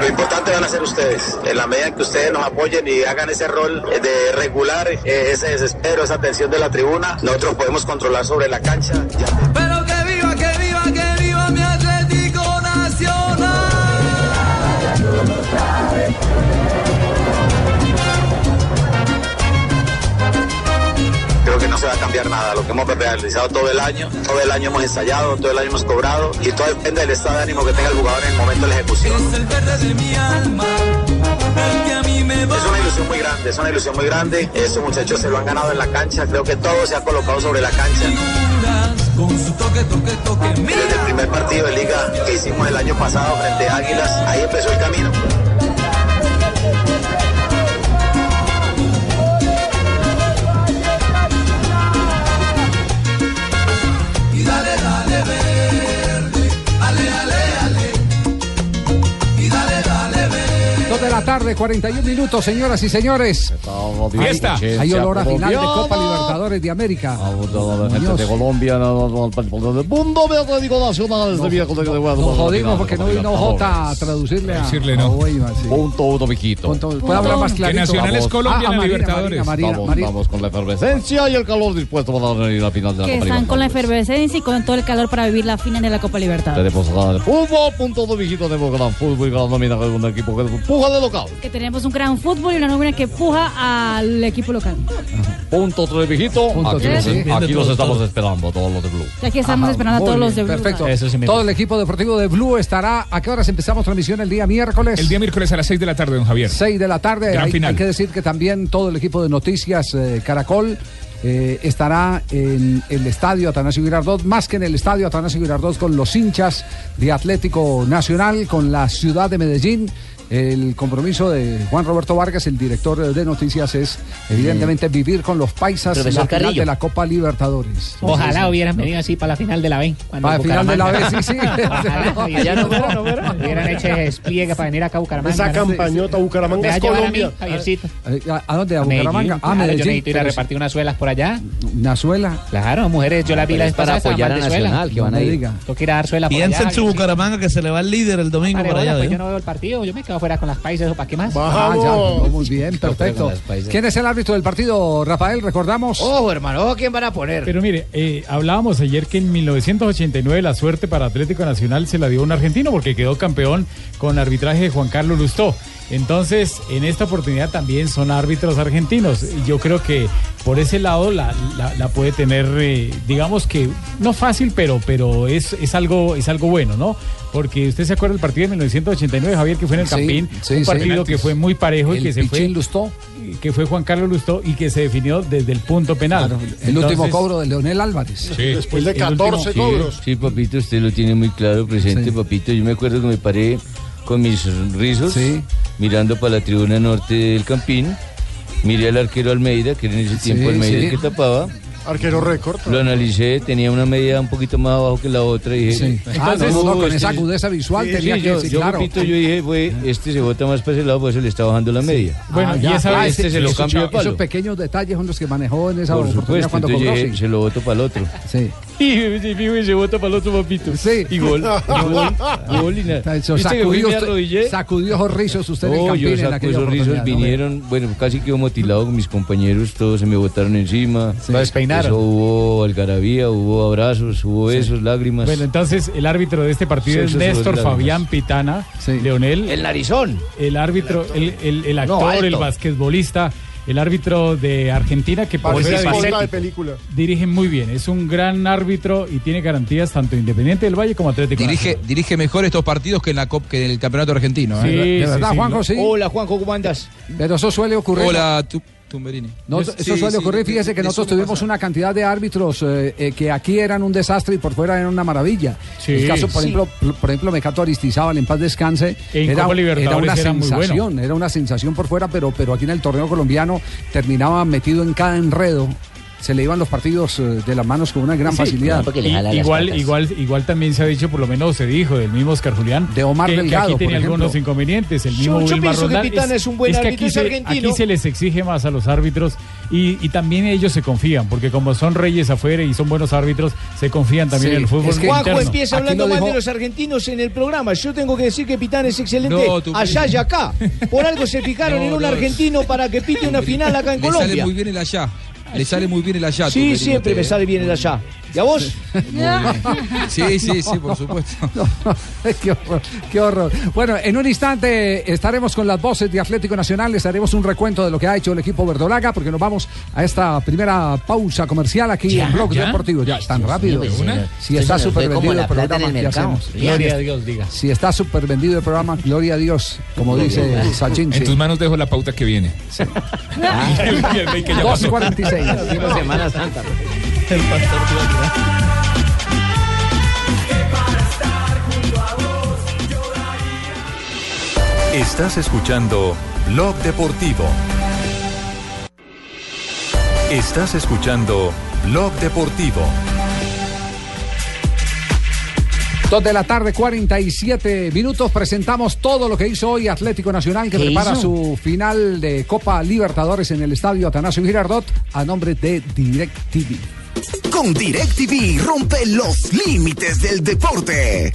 Lo importante van a ser ustedes. En la medida que ustedes nos apoyen y hagan ese rol de regular eh, ese desespero, esa tensión de la tribuna, nosotros podemos controlar sobre la cancha. Ya. Pero que viva, que viva, que viva mi Atlético Nacional. Creo que no se va a cambiar nada. Lo que hemos realizado todo el año, todo el año hemos ensayado, todo el año hemos cobrado y todo depende del estado de ánimo que tenga el jugador en el momento de la ejecución. Es el verde de mi alma, el que a mí me va. Es una ilusión muy grande, es una ilusión muy grande. Estos muchachos se lo han ganado en la cancha. Creo que todo se ha colocado sobre la cancha. Honduras, Con su toque, toque, toque, Desde el mira. primer partido de liga que hicimos el año pasado frente a Águilas, ahí empezó el camino. Y dale, dale, verde. Ale, ale, ale. Y dale, dale, verde. Dos de la tarde, 41 minutos, señoras y señores. Fiesta. Hay olor a final de Copa Libertadores de América. Muñoz. de Colombia, del mundo de Atlético Nacional. Este miércoles que te voy a Nos tomar. jodimos porque no vino Jota a traducirle a, Decirle no. a Weimar, sí. Punto uno, mijito. Punto- Puede hablar más Que clarito. Nacional es Vamos. Colombia Ah, en a la Marina, Marina, Libertadores. Marina, Vamos, Marina. vamos con la efervescencia y el calor dispuesto para venir a la final de la que Copa están con la Libertadores. efervescencia y con todo el calor para vivir la final de la Copa Libertadores. Tenemos gran fútbol, punto dos, mijito. Tenemos gran fútbol y gran nómina con un equipo que empuja de local. Que tenemos un gran fútbol y una nómina que puja al equipo local. Ah. Punto tres, mijito. Punto Aquí, tres, los, sí. aquí los estamos esperando, todos los de Blue. Y aquí estamos Ajá, esperando a muy todos bien, los de Blue. Perfecto. Radio. Todo el equipo deportivo de Blue estará. ¿A qué horas empezamos transmisión el día miércoles? El día miércoles a las 6 de la tarde, don Javier. 6 de la tarde. Gran Hay, final. hay que decir que también todo el equipo de noticias eh, Caracol eh, estará en el estadio Atanasio Girardot, más que en el estadio Atanasio Girardot, con los hinchas de Atlético Nacional, con la ciudad de Medellín. El compromiso de Juan Roberto Vargas, el director de noticias, es evidentemente vivir con los paisas la Profesor final Carrillo. de la Copa Libertadores. Ojalá hubieran venido así para la final de la B. cuando Para el final de la vez, Bucaramanga- sí, sí. Ojalá Ya no fuera, no fuera. hubieran hecho ese despliegue para venir acá a Bucaramanga. Esa campañota, Bucaramanga es Colombia. A mí, Javiercito. Eh, ¿A- ¿A dónde? ¿A Medellín, Bucaramanga? Ah, claro, Medellín. Yo necesito ir a pero sí. repartir unas suelas por allá. Nazuela. Claro, mujeres, yo la vi Pero la es vez para pasada, estaban apoyar mal a de suela. Nacional, que van No a me ir. diga. Tengo que ir a dar suela por allá. Piensa en su yo- Bucaramanga que se le va el líder el domingo Vale, por allá. ¿eh? hola, pues ¿vio? yo no veo el partido, yo me quedo fuera con las paisas, ¿o para qué más? Ah, ya, no, muy bien, perfecto. las paisas. ¿Quién es el árbitro del partido, Rafael? Recordamos. Ojo, hermano, ojo, ¿quién van a poner? Pero mire, eh, hablábamos ayer que en 1989 la suerte para Atlético Nacional se la dio un argentino porque quedó campeón con arbitraje de Juan Carlos Lustó. Entonces, en esta oportunidad también son árbitros argentinos. Yo creo que por ese lado la, la- la puede tener, eh, digamos que no fácil, pero, pero es, es, algo, es algo bueno, ¿no? Porque usted se acuerda del partido de 1989, Javier, que fue en el Sí, Campín, sí, un sí. partido que fue muy parejo y el que se fue Pichín Lustó. que fue Juan Carlos Lustó y que se definió desde el punto penal. Claro, el último cobro de Leonel Álvarez. Después de 14 cobros. Sí, papito, usted lo tiene muy claro presente, Sí. papito. Yo me acuerdo que me paré con mis rizos, Sí. mirando para la tribuna norte del Campín. Miré al arquero Almeida, que era en ese tiempo Almeida sí. el que tapaba. Arquero récord. Lo analicé, tenía una medida un poquito más abajo que la otra. Y dije, Sí. Ah, "Entonces, no, no, no, uh, con este- esa agudeza visual Sí, tenía sí, que yo, decir, yo, claro. papito, yo dije, fue, este se bota más para ese lado, pues se le está bajando la media. Bueno, Ah, y ya. esa Ah, vez este se lo cambió de Esos palo. pequeños detalles son los que manejó en esa Por oportunidad supuesto, cuando entonces cobró. yo dije, sí. se lo voto para el otro. Sí. Y me fijo y se bota para el otro papito. Sí. Y gol. Y gol. y gol y nada. Está hecho, ¿Viste que fui y sacudió me usted- arrodillé? sacudió esos rizos usted en el Oh, campín yo en saco aquella esos rizos, oportunidad, ¿no? vinieron, bueno, casi quedó motilado con mis compañeros, todos se me botaron encima. Lo despeinaron. Eso hubo algarabía, hubo abrazos, hubo besos, lágrimas. Bueno, entonces el árbitro de este partido Sí, es eso se lo Néstor olvidaron, ¿no? Fabián Pitana, Leonel. El narizón. El árbitro, el, el- el No, actor, alto. el basquetbolista, el árbitro de Argentina que por Parece fuera de escolta de Vicente película. dirige muy bien. Es un gran árbitro y tiene garantías tanto Independiente del Valle como Atlético. Dirige, dirige mejor estos partidos que en la Cop- que en el Campeonato Argentino. Sí, ¿eh? De verdad, sí, sí. Juanjo, sí. Oh, Hola, Juanjo, ¿cómo andas? Pero eso suele ocurrir. Hola, Tu- Tumberini. No, Pues eso suele ocurrir, fíjese que nosotros tuvimos una cantidad de árbitros eh, eh, que aquí eran un desastre y por fuera eran una maravilla. Sí, el caso, por sí. ejemplo, pl- por ejemplo, Mecato Aristizábal en paz descanse, En era, Copa Libertadores era una era muy bueno. sensación, era una sensación por fuera, pero, pero aquí en el torneo colombiano terminaba metido en cada enredo. Se le iban los partidos eh, de las manos con una gran Sí, facilidad. y- igual, igual, igual también se ha dicho, por lo menos se dijo del mismo Oscar Julián, de Omar que, que Delgado, aquí por tenía ejemplo. algunos inconvenientes. El Yo- mismo yo Wilmar pienso que Roldán. Pitana es un buen que árbitro, aquí es se- argentino. Aquí se les exige más a los árbitros y, y también ellos se confían, porque como son reyes afuera y son buenos árbitros, se confían también Sí, en el fútbol. es que- interno. Juanjo empieza Aquí hablando lo mal dejó- de los argentinos en el programa. Yo tengo que decir que Pitán es excelente No, tú- allá y acá. Por algo se fijaron No, en un no. argentino para que pite una final acá en Le sale Colombia. muy bien el allá. Le sale muy bien el allá. Sí, Tumberini, siempre te- me sale bien el allá. ¿Y a vos? Sí, sí, sí, por supuesto. qué, horror, qué horror. Bueno, en un instante estaremos con las voces de Atlético Nacional, les haremos un recuento de lo que ha hecho el equipo verdolaga, porque nos vamos a esta primera pausa comercial aquí Ya, en Blog ya, Deportivo. Ya, tan rápido. mío, de una. Si Esto está se nos súper fue como vendido el la plata programa, en el ¿qué mercado. hacemos? Gloria a Dios, diga. Si está súper vendido el programa, gloria a Dios, como dice Sachin. En tus manos dejo la pauta que viene. y que ya pasó. 2.46. Digo, Semana Santa. Estás escuchando Blog Deportivo. Estás escuchando Blog Deportivo. Dos de la tarde, 47 minutos. Presentamos todo lo que hizo hoy Atlético Nacional, que ¿Qué prepara hizo? su final de Copa Libertadores en el estadio Atanasio Girardot a nombre de DirecTV. Con DirecTV rompe los límites del deporte.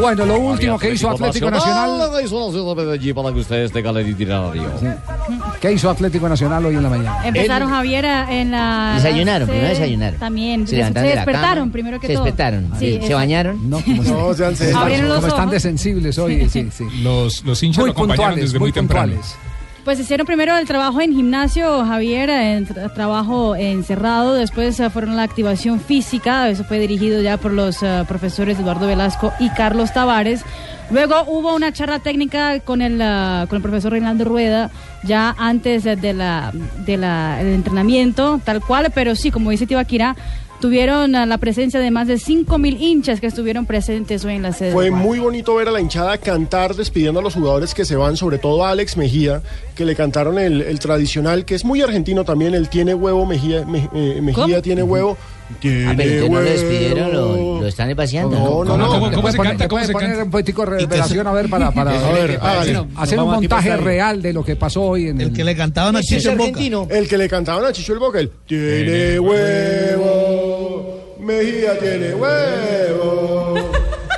Bueno, lo último que hizo Atlético Nacional. Lo que Ah, hizo Nacional de Medellín para que ustedes tengan el itinerario. ¿Qué hizo Atlético Nacional hoy en la mañana? Empezaron Javier a- en la. Desayunaron, once, primero desayunaron. También. Se levantaron de la despertaron cama, primero que se todo. despertaron. Sí, ¿Se exacto. bañaron? No, como, No, ya han como Abrieron los están ojos. de sensibles hoy. Sí, sí. Los, los hinchas Muy lo acompañaron puntuales, desde muy muy temprano. Pues hicieron primero el trabajo en gimnasio, Javier, en tra- trabajo encerrado, después eh, fueron la activación física, eso fue dirigido ya por los eh, profesores Eduardo Velasco y Carlos Tavares. Luego hubo una charla técnica con el, ah, con el profesor Reinaldo Rueda, ya antes eh, de la, de la- del entrenamiento, tal cual, pero sí, como dice Tibaquira, tuvieron ah, la presencia de más de 5.000 hinchas que estuvieron presentes hoy en la sede. del Fue Guadalajara. muy bonito ver a la hinchada cantar despidiendo a los jugadores que se van, sobre todo a Alex Mejía, que le cantaron el, el tradicional, que es muy argentino también, el tiene huevo, Mejía, Me- eh, Mejía tiene huevo. Ah, pero Tiene entonces no lo huevo. despidieron, lo, lo están vaciando. No, no, no. ¿Cómo- ¿Cómo se canta? ¿Cómo se canta? un poquitico de revelación a ver para, para A ver, hágale. hacer un Vamos a montaje tiempo, real de lo que pasó hoy en el que le cantaban Ese es argentino. El que le cantaban a Chicho el Boca, el tiene huevo, Mejía tiene huevo.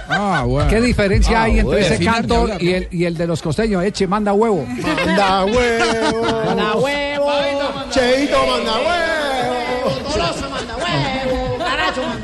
Ah, ¿Qué diferencia Ah, hay entre bueno. ese Definen que canto hablar, y el, y el de los costeños? Eche, manda huevo. Manda huevo. Manda huevo. Cheito manda huevo.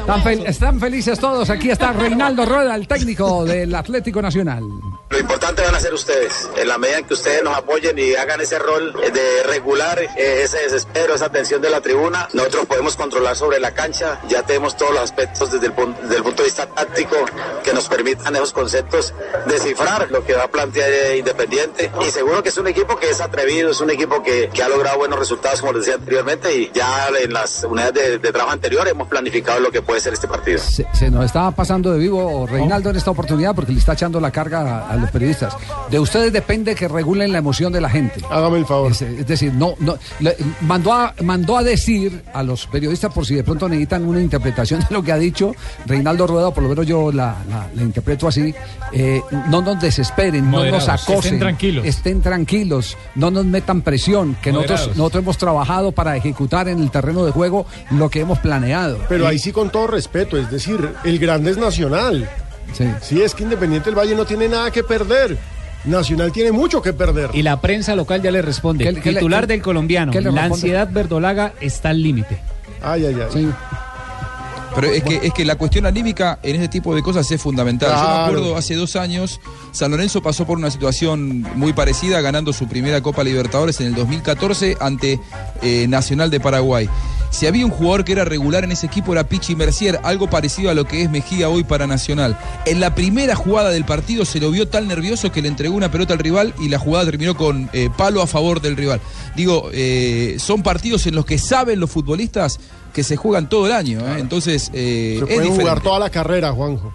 Están, fel- están felices todos. Aquí está Reinaldo Rueda, el técnico del Atlético Nacional. Lo importante van a ser ustedes. En la medida en que ustedes nos apoyen y hagan ese rol eh, de regular eh, ese desespero, esa tensión de la tribuna, nosotros podemos controlar sobre la cancha. Ya tenemos todos los aspectos desde el, pun- desde el punto de vista táctico que nos permitan esos conceptos descifrar lo que va a plantear eh, Independiente. Y seguro que es un equipo que es atrevido, es un equipo que, que ha logrado buenos resultados, como les decía anteriormente. Y ya en las unidades de, de trabajo anterior hemos planificado lo que puede ser este partido. Se, se nos está pasando de vivo Reinaldo en esta oportunidad porque le está echando la carga al los periodistas. De ustedes depende que regulen la emoción de la gente. Hágame el favor. Es, es decir, no, no le- mandó, a, mandó a decir a los periodistas por si de pronto necesitan una interpretación de lo que ha dicho Reinaldo Rueda, por lo menos yo la, la- la interpreto así. eh, no nos desesperen, Moderados, no nos acosen. estén tranquilos. Estén tranquilos, no nos metan presión, que nosotros, Moderados. nosotros hemos trabajado para ejecutar en el terreno de juego lo que hemos planeado. Pero Y- ahí sí con todo respeto, es decir, el grande es Nacional. Sí. es que Independiente del Valle no tiene nada que perder. Nacional tiene mucho que perder. Y la prensa local ya le responde. ¿Qué le- qué le- Titular qué- del colombiano. qué le La responde? ansiedad verdolaga está al límite. Ay, ay, ay. Pero es que, es que la cuestión anímica en este tipo de cosas es fundamental. Claro. Yo me acuerdo hace dos años, San Lorenzo pasó por una situación muy parecida, ganando su primera Copa Libertadores en el 2014 ante eh, Nacional de Paraguay. Si había un jugador que era regular en ese equipo era Pichi Mercier, algo parecido a lo que es Mejía hoy para Nacional. En la primera jugada del partido se lo vio tan nervioso que le entregó una pelota al rival y la jugada terminó con eh, palo a favor del rival. Digo, eh, son partidos en los que saben los futbolistas que se juegan todo el año. ¿eh? Entonces, Se eh, es puede diferente. jugar toda la carrera, Juanjo.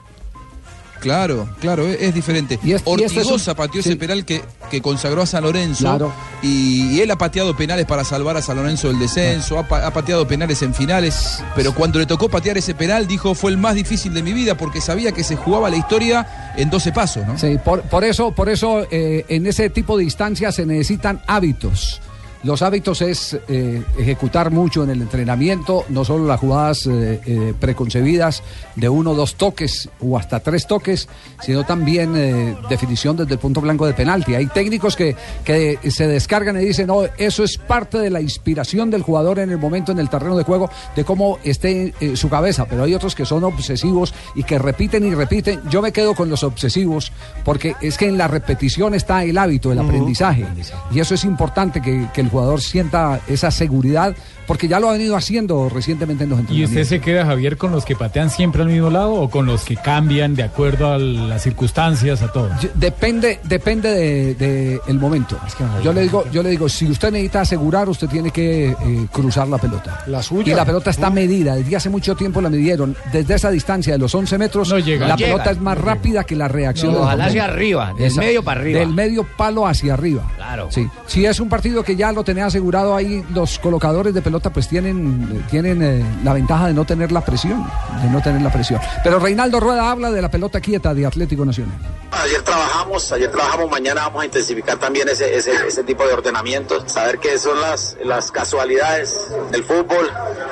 Claro, claro, es, es diferente. Y es- y este es un- Ortigosa pateó ese penal que, que consagró a San Lorenzo. Claro. Y, y él ha pateado penales para salvar a San Lorenzo del descenso, ha, pa- ha pateado penales en finales. Pero cuando le tocó patear ese penal, dijo fue el más difícil de mi vida porque sabía que se jugaba la historia en 12 pasos, ¿no? Sí, por, por eso, por eso eh, en ese tipo de instancias se necesitan hábitos. Los hábitos es eh, ejecutar mucho en el entrenamiento, no solo las jugadas eh, eh, preconcebidas de uno, dos toques o hasta tres toques, sino también eh, definición desde el punto blanco de penalti. Hay técnicos que, que se descargan y dicen, no, eso es parte de la inspiración del jugador en el momento en el terreno de juego, de cómo esté eh, su cabeza, pero hay otros que son obsesivos y que repiten y repiten. Yo me quedo con los obsesivos porque es que en la repetición está el hábito, el aprendizaje. Y eso es importante que, que el jugador sienta esa seguridad porque ya lo ha venido haciendo recientemente en los ¿Y usted entrenamientos. se queda, Javier, con los que patean siempre al mismo lado o con los que cambian de acuerdo a las circunstancias, a todo? Yo- Depende, depende de, de el momento. Yo le digo, yo le digo, si usted necesita asegurar, usted tiene que eh, cruzar la pelota. La suya. Mm. Y la pelota está medida, desde hace mucho tiempo la midieron. Desde esa distancia de los 11 metros, llega. la No llega. pelota es más rápida que la reacción. No, del ojalá hacia oponente. arriba, del medio para arriba. Del medio palo hacia arriba. Claro. Sí. Si es un partido que ya lo tenía asegurado ahí, los colocadores de pelota pues tienen, tienen eh, la ventaja de no tener la presión, de no tener la presión. Pero Reinaldo Rueda habla de la pelota quieta de Atlético Nacional. Ayer trabajamos, ayer trabajamos, mañana vamos a intensificar también ese, ese, ese tipo de ordenamientos, saber qué son las, las casualidades del fútbol,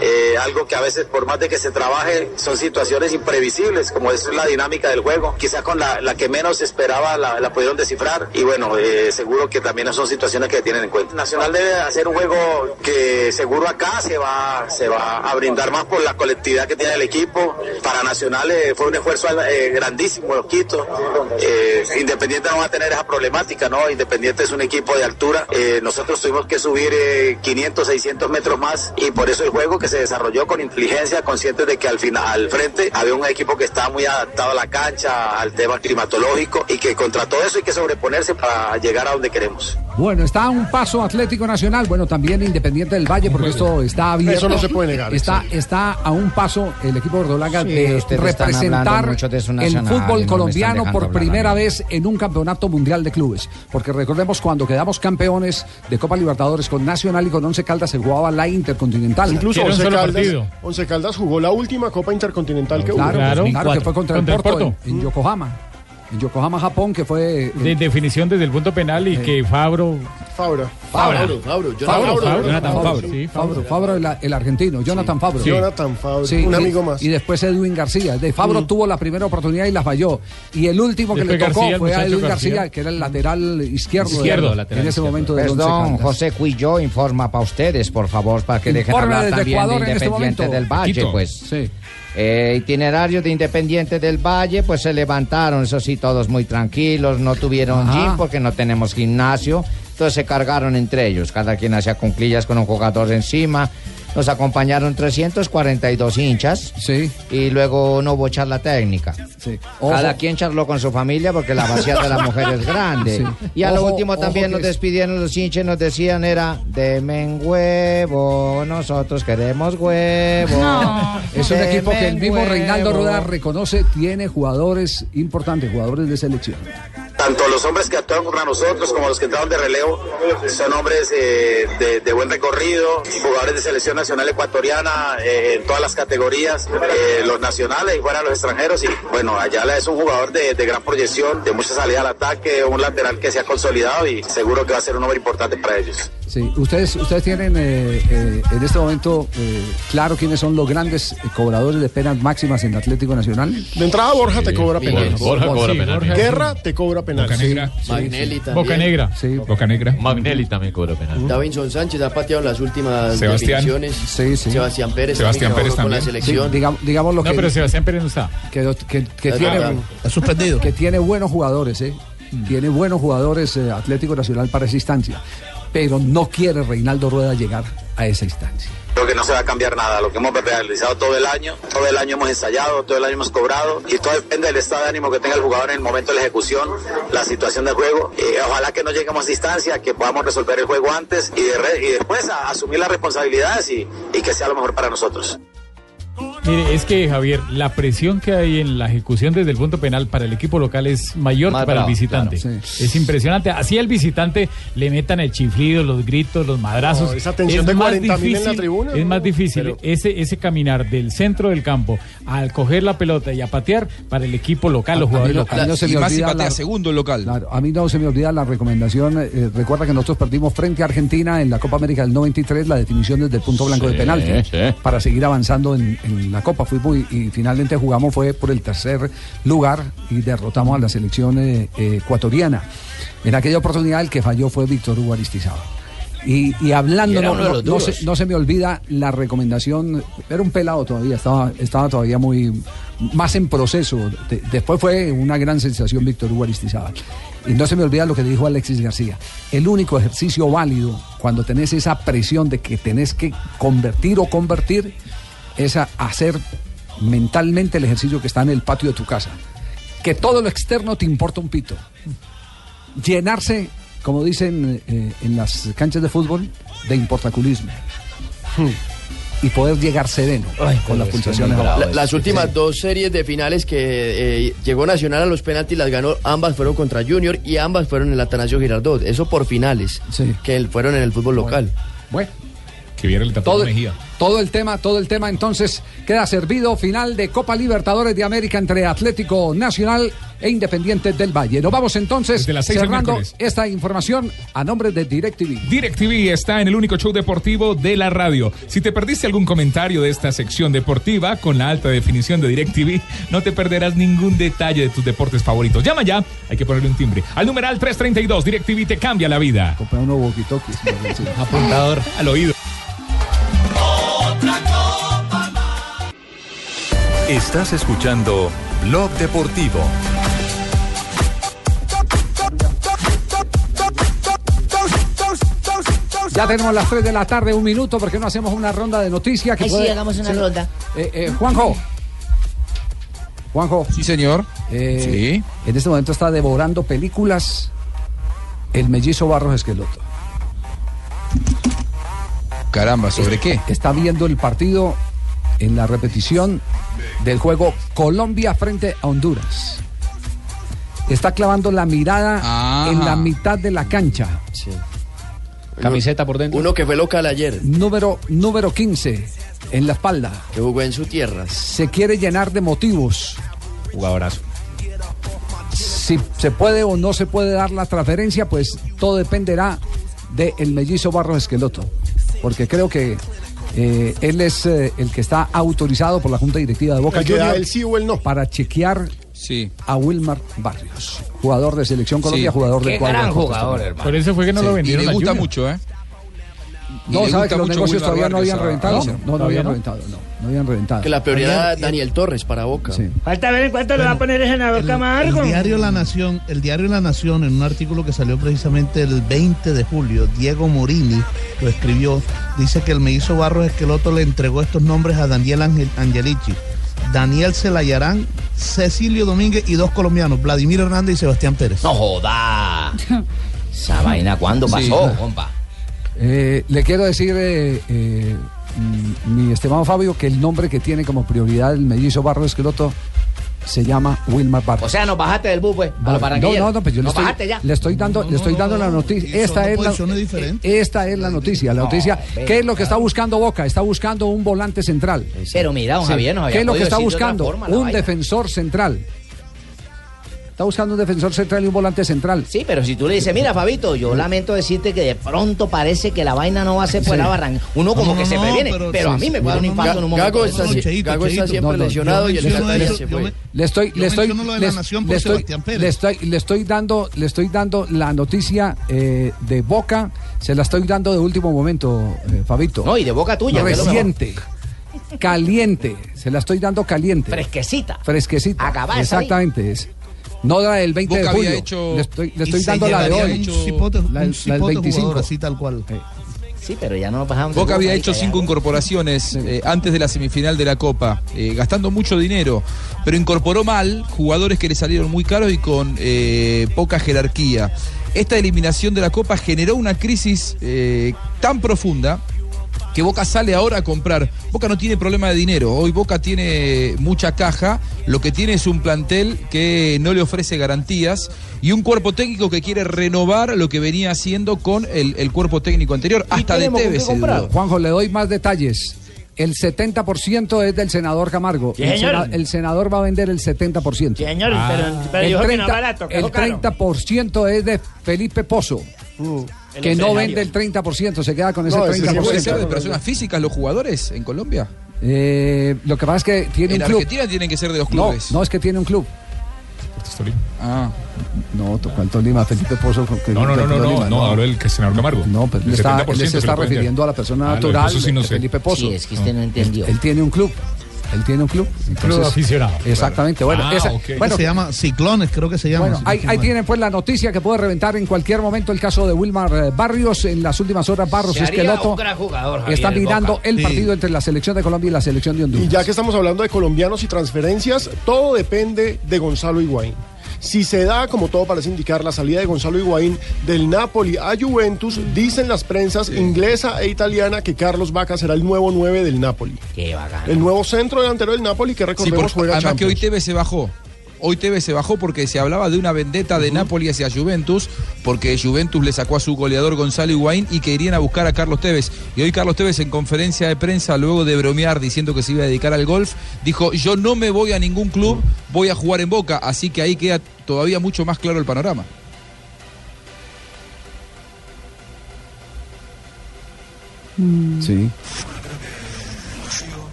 eh, algo que a veces por más de que se trabaje son situaciones imprevisibles, como es la dinámica del juego, quizás con la, la que menos esperaba la, la pudieron descifrar y bueno, eh, seguro que también son situaciones que tienen en cuenta. Nacional debe hacer un juego que seguro acá se va, se va a brindar más por la colectividad que tiene el equipo. Para Nacional eh, fue un esfuerzo eh, grandísimo, los Quito. Eh, Independiente no va a tener esa problemática, ¿no? Independiente es un equipo de altura. Eh, nosotros tuvimos que subir eh, 500, 600 metros más y por eso el juego que se desarrolló con inteligencia, conscientes de que al final, al frente, había un equipo que estaba muy adaptado a la cancha, al tema climatológico y que contra todo eso hay que sobreponerse para llegar a donde queremos. Bueno, está a un paso Atlético Nacional, bueno, también Independiente del Valle, porque esto está abierto. Eso no se puede negar, Está, está a un un paso el equipo de Ordolaga Sí, de ustedes están representar hablando mucho de eso el nacional, no me fútbol están colombiano dejando por hablar a primera mí. vez en un campeonato mundial de clubes. Porque recordemos cuando quedamos campeones de Copa Libertadores con Nacional y con Once Caldas se jugaba la Intercontinental. Incluso Once Caldas, Once Caldas jugó la última Copa Intercontinental que hubo. Claro, pues, claro, que fue contra, el Porto, En, en Yokohama. En Yokohama, Japón, que fue... De definición desde el punto penal y que Fabro. Fabra. Fabra. Fabra. Fabra. Fabra, Jonathan Fabra, Fabra. Jonathan Fabra. Sí, Fabro, Fabro, el, el argentino, Jonathan Fabro. Sí. Jonathan Fabro, un amigo más. Y después Edwin García. De Fabro tuvo la primera oportunidad y la falló. Y el último que Después le tocó García, el fue a muchacho Edwin García, García, que era el lateral izquierdo. de- Izquierdo, en lateral ese izquierdo. momento de Once Perdón, Caldas. José Cuillo informa para ustedes, por favor, para que dejen Informe hablar desde también Ecuador de en este Independiente momento. del Valle, Quito. pues. Eh, itinerario de Independiente del Valle, pues se levantaron, eso sí, todos muy tranquilos, no tuvieron Ajá. gym porque no tenemos gimnasio, entonces se cargaron entre ellos, cada quien hacía cunclillas con un jugador encima, nos acompañaron 342 hinchas y luego no hubo charla técnica. Ojo. Cada quien charló con su familia porque la vacía de la mujer es grande. Sí. Y a lo Ojo, último ojo también que nos es- despidieron los hinchas, nos decían era, demen huevo, nosotros queremos huevo. Es un equipo que el Demen mismo Reinaldo huevo". Rueda reconoce tiene jugadores importantes, jugadores de selección. tanto los hombres que actuaron contra nosotros como los que entraron de relevo son hombres eh, de, de buen recorrido, jugadores de selección nacional ecuatoriana eh, en todas las categorías, eh, los nacionales y fuera los extranjeros. Y bueno, Ayala es un jugador de, de gran proyección, de mucha salida al ataque, un lateral que se ha consolidado y seguro que va a ser un hombre importante para ellos. Sí, ustedes, ustedes tienen eh, eh, en este momento eh, claro quiénes son los grandes eh, cobradores de penas máximas en Atlético Nacional. De entrada, Borja te cobra Borja, penal. Borja cobra penal. Guerra te cobra penal. Boca Negra. Magnelli también. Sí. Boca Negra. Magnelli también cobra penal. Davinson Sánchez ha pateado en las últimas Sebastián. definiciones. Sebastián Pérez. Sebastián Pérez también que jugó con la también. selección. Sí, digamos, digamos lo No, que. pero Sebastián Pérez no está. Que, que- que Está tiene, claro. suspendido. Que tiene buenos jugadores, ¿eh? Mm. Tiene buenos jugadores eh, Atlético Nacional para esa instancia. Pero no quiere Reinaldo Rueda llegar a esa instancia. Creo que no se va a cambiar nada. Lo que hemos realizado todo el año, todo el año hemos ensayado, todo el año hemos cobrado y todo depende del estado de ánimo que tenga el jugador en el momento de la ejecución, la situación del juego. Eh, ojalá que no lleguemos a distancia, que podamos resolver el juego antes y, de re- y después a- asumir las responsabilidades y- y que sea lo mejor para nosotros. Mire, es que Javier, la presión que hay en la ejecución desde el punto penal para el equipo local es mayor Más que para bravo, el visitante. claro, Es impresionante. Así al visitante le metan el chiflido, los gritos, los madrazos. No, esa tensión es de más 40.000 en la difícil- tribuna, Es más difícil ese, ese caminar del centro del campo al coger la pelota y a patear para el equipo local, los A mí jugadores no- a mí locales. no se me olvida la- segundo local. Claro, a mí no se me olvida la recomendación. eh, recuerda que nosotros perdimos frente a Argentina en la Copa América del 93 la definición desde el punto blanco de Sí, penalti sí. para seguir avanzando en, en la Copa. Fuimos y, y finalmente jugamos fue por el tercer lugar y derrotamos a la selección eh, eh, ecuatoriana. En aquella oportunidad el que falló fue Víctor Hugo Aristizábal. Y, y hablando, Y era no, uno de no- los no se, duros. no se me olvida la recomendación, era un pelado todavía, estaba, estaba todavía muy más en proceso. De- después fue una gran sensación Víctor Hugo Aristizábal. Y no se me olvida lo que dijo Alexis García. El único ejercicio válido cuando tenés esa presión de que tenés que convertir o convertir es a- hacer mentalmente el ejercicio que está en el patio de tu casa. Que todo lo externo te importa un pito. Llenarse, como dicen eh, en las canchas de fútbol, de importaculismo. Y poder llegar sereno con las pulsaciones. La- abajo. las últimas dos series de finales que eh, llegó Nacional a los penaltis las ganó, ambas fueron contra Junior y ambas fueron en el Atanasio Girardot. Eso por finales que el- fueron en el fútbol local. Bueno. Que viera el tapón Todo, Mejía. todo el tema, todo el tema. Entonces queda servido final de Copa Libertadores de América entre Atlético Nacional e Independiente del Valle. Nos vamos entonces Desde las seis del cerrando miércoles. esta información a nombre de DirecTV. DirecTV está en el único show deportivo de la radio. Si te perdiste algún comentario de esta sección deportiva con la alta definición de DirecTV, no te perderás ningún detalle de tus deportes favoritos. Llama ya, hay que ponerle un timbre. Al numeral 332, DirecTV te cambia la vida. Compra uno walkie-talkies. Apuntador al oído. Estás escuchando Blog Deportivo. Ya tenemos las 3 de la tarde, un minuto, porque no hacemos una ronda de noticias. Que Ay, sí, puede- hagamos una ronda. Eh, eh, Juanjo. Juanjo. Sí, señor. Eh, En este momento está devorando películas el mellizo Barros Esqueloto. Caramba, ¿sobre qué? Está viendo el partido en la repetición del juego Colombia frente a Honduras. Está clavando la mirada en la mitad de la cancha. Camiseta por dentro. Uno que fue local ayer. Número, número 15 en la espalda. Que jugó en su tierra. Se quiere llenar de motivos. Jugadorazo. si se puede o no se puede dar la transferencia, pues todo dependerá del mellizo Barros Esqueloto. Porque creo que eh, él es eh, el que está autorizado por la Junta Directiva de Boca El que da Juniors el sí o el no. para chequear Sí. a Wilmar Barrios, jugador de Selección Colombia, Sí. jugador Qué del cuadro. gran de Costa jugador, Rica. hermano. Por eso fue que no lo vendieron Y le a gusta Junior. mucho. Mucho, ¿eh? Y No, le sabe gusta que los mucho negocios Wilmar todavía no Vargas habían a- reventado. ¿No? No, no, ¿Todavía habían no? reventado, no, no habían reventado. Que la prioridad era Daniel Torres para Boca. Falta ver en cuánto le va a poner el senador Camargo. El diario La Nación, el diario La Nación, en un artículo que salió precisamente el 20 de julio, Diego Morini lo escribió, dice que el mellizo Barros Esqueloto le entregó estos nombres a Daniel Ángel Angelici, Daniel Celayarán, Cecilio Domínguez y dos colombianos, Vladimir Hernández y Sebastián Pérez. No joda. Esa vaina, ¿cuándo Sí. pasó, compa? Eh, le quiero decir, eh, eh, mm, mi estimado Fabio, que el nombre que tiene como prioridad el mellizo Barro Esqueloto se llama Wilmar Barrios. O sea, nos bajaste del bus, pues. A los no, barranquilleros. no, no, pues yo le Nos estoy, bajaste ya. le estoy dando, le estoy dando la noticia. Esta es la, eh, esta es la noticia, la No, noticia. ve, ¿Qué es lo que está buscando Boca? Está buscando un volante central. Pero mira, don Javier, nos había ¿Qué es lo que podido está decir de otra buscando? forma la un vaina. defensor central. Está buscando un defensor central y un volante central. Sí, pero si tú le dices, mira, Fabito, yo lamento decirte que de pronto parece que la vaina no va a ser por Sí. la barranca. Uno como No, que no, se no, previene, pero, pero a sí, mí me sí. puede dar un Mira, infarto en un momento. Gago está No, así- Cheito, Gago está Cheito. siempre No, no, lesionado yo y el menciono Catania eso. se Yo fue. men- Le estoy, Yo le estoy, menciono lo de le la es- Nación por le estoy, Sebastián Pérez. le estoy, le estoy dando, le estoy dando la noticia eh, de Boca, se la estoy dando de último momento, eh, Fabito. No, y de boca tuya, que es lo mejor. Reciente, caliente, se la estoy dando caliente. Fresquecita. Fresquecita. Acabada de salir. Exactamente es. No la del 20 Boca de había julio. hecho- Le estoy, y le estoy se dando la de llevaría hoy. un cipote- la, un la del cipote 25. jugador, así tal cual. Sí, pero ya no nos bajamos. del Boca bus, había marica, hecho ya. cinco incorporaciones eh, antes de la semifinal de la Copa, eh, gastando mucho dinero, pero incorporó mal jugadores que le salieron muy caros y con eh, poca jerarquía. Esta eliminación de la Copa generó una crisis eh, tan profunda que Boca sale ahora a comprar. Boca no tiene problema de dinero. Hoy Boca tiene mucha caja. Lo que tiene es un plantel que no le ofrece garantías y un cuerpo técnico que quiere renovar lo que venía haciendo con el, el cuerpo técnico anterior. Hasta de Tevez. se dudó. Juanjo, le doy más detalles. El 70% es del senador Camargo. Sí, el, señor. sena- el senador va a vender el 70%. señor, Ah. pero- pero el dijo que no 30, barato, que el no caro. 30% es de Felipe Pozo, Uh, El que no escenario. vende el 30%, se queda con ese No, ese sí 30%. puede ser de personas físicas los jugadores en Colombia. Eh, lo que pasa es que tiene En un club. Argentina tienen que ser de los No, clubes. no, es que tiene un club. Ah. No, tocó al Tolima, Felipe Pozo. con- No, no, no, no, no, Tolima, no, hablo del que senador Camargo. No, pero Él está- él se está refiriendo a la persona natural, Eso sí Ah, no de sé. Felipe Pozo. Este, Ah. Él, él tiene un club. Él tiene un club. Entonces, Exactamente. Bueno, Ah, esa- bueno, se llama Ciclones, creo que se llama. bueno, si no ahí, estoy ahí mal. tienen pues la noticia que puede reventar en cualquier momento el caso de Wilmar eh, Barrios. En las últimas horas, Barros Se haría Esqueloto un gran jugador, Javier, está el mirando Boca. el Sí. partido entre la selección de Colombia y la selección de Honduras. Y ya que estamos hablando de colombianos y transferencias, todo depende de Gonzalo Higuaín. Si se da, como todo parece indicar, la salida de Gonzalo Higuaín del Napoli a Juventus, dicen las prensas inglesa e italiana que Carlos Vaca será el nuevo 9 del Napoli. Qué bacán. El nuevo centro delantero del Napoli que Sí, recordemos por- juega además que Champions. hoy Tevez se bajó. Hoy Tevez se bajó porque se hablaba de una vendetta de Napoli hacia Juventus, porque Juventus le sacó a su goleador Gonzalo Higuaín y que irían a buscar a Carlos Tevez. Y hoy Carlos Tevez en conferencia de prensa, luego de bromear diciendo que se iba a dedicar al golf, dijo, yo no me voy a ningún club, voy a jugar en Boca. Así que ahí queda todavía mucho más claro el panorama. Mm. Sí.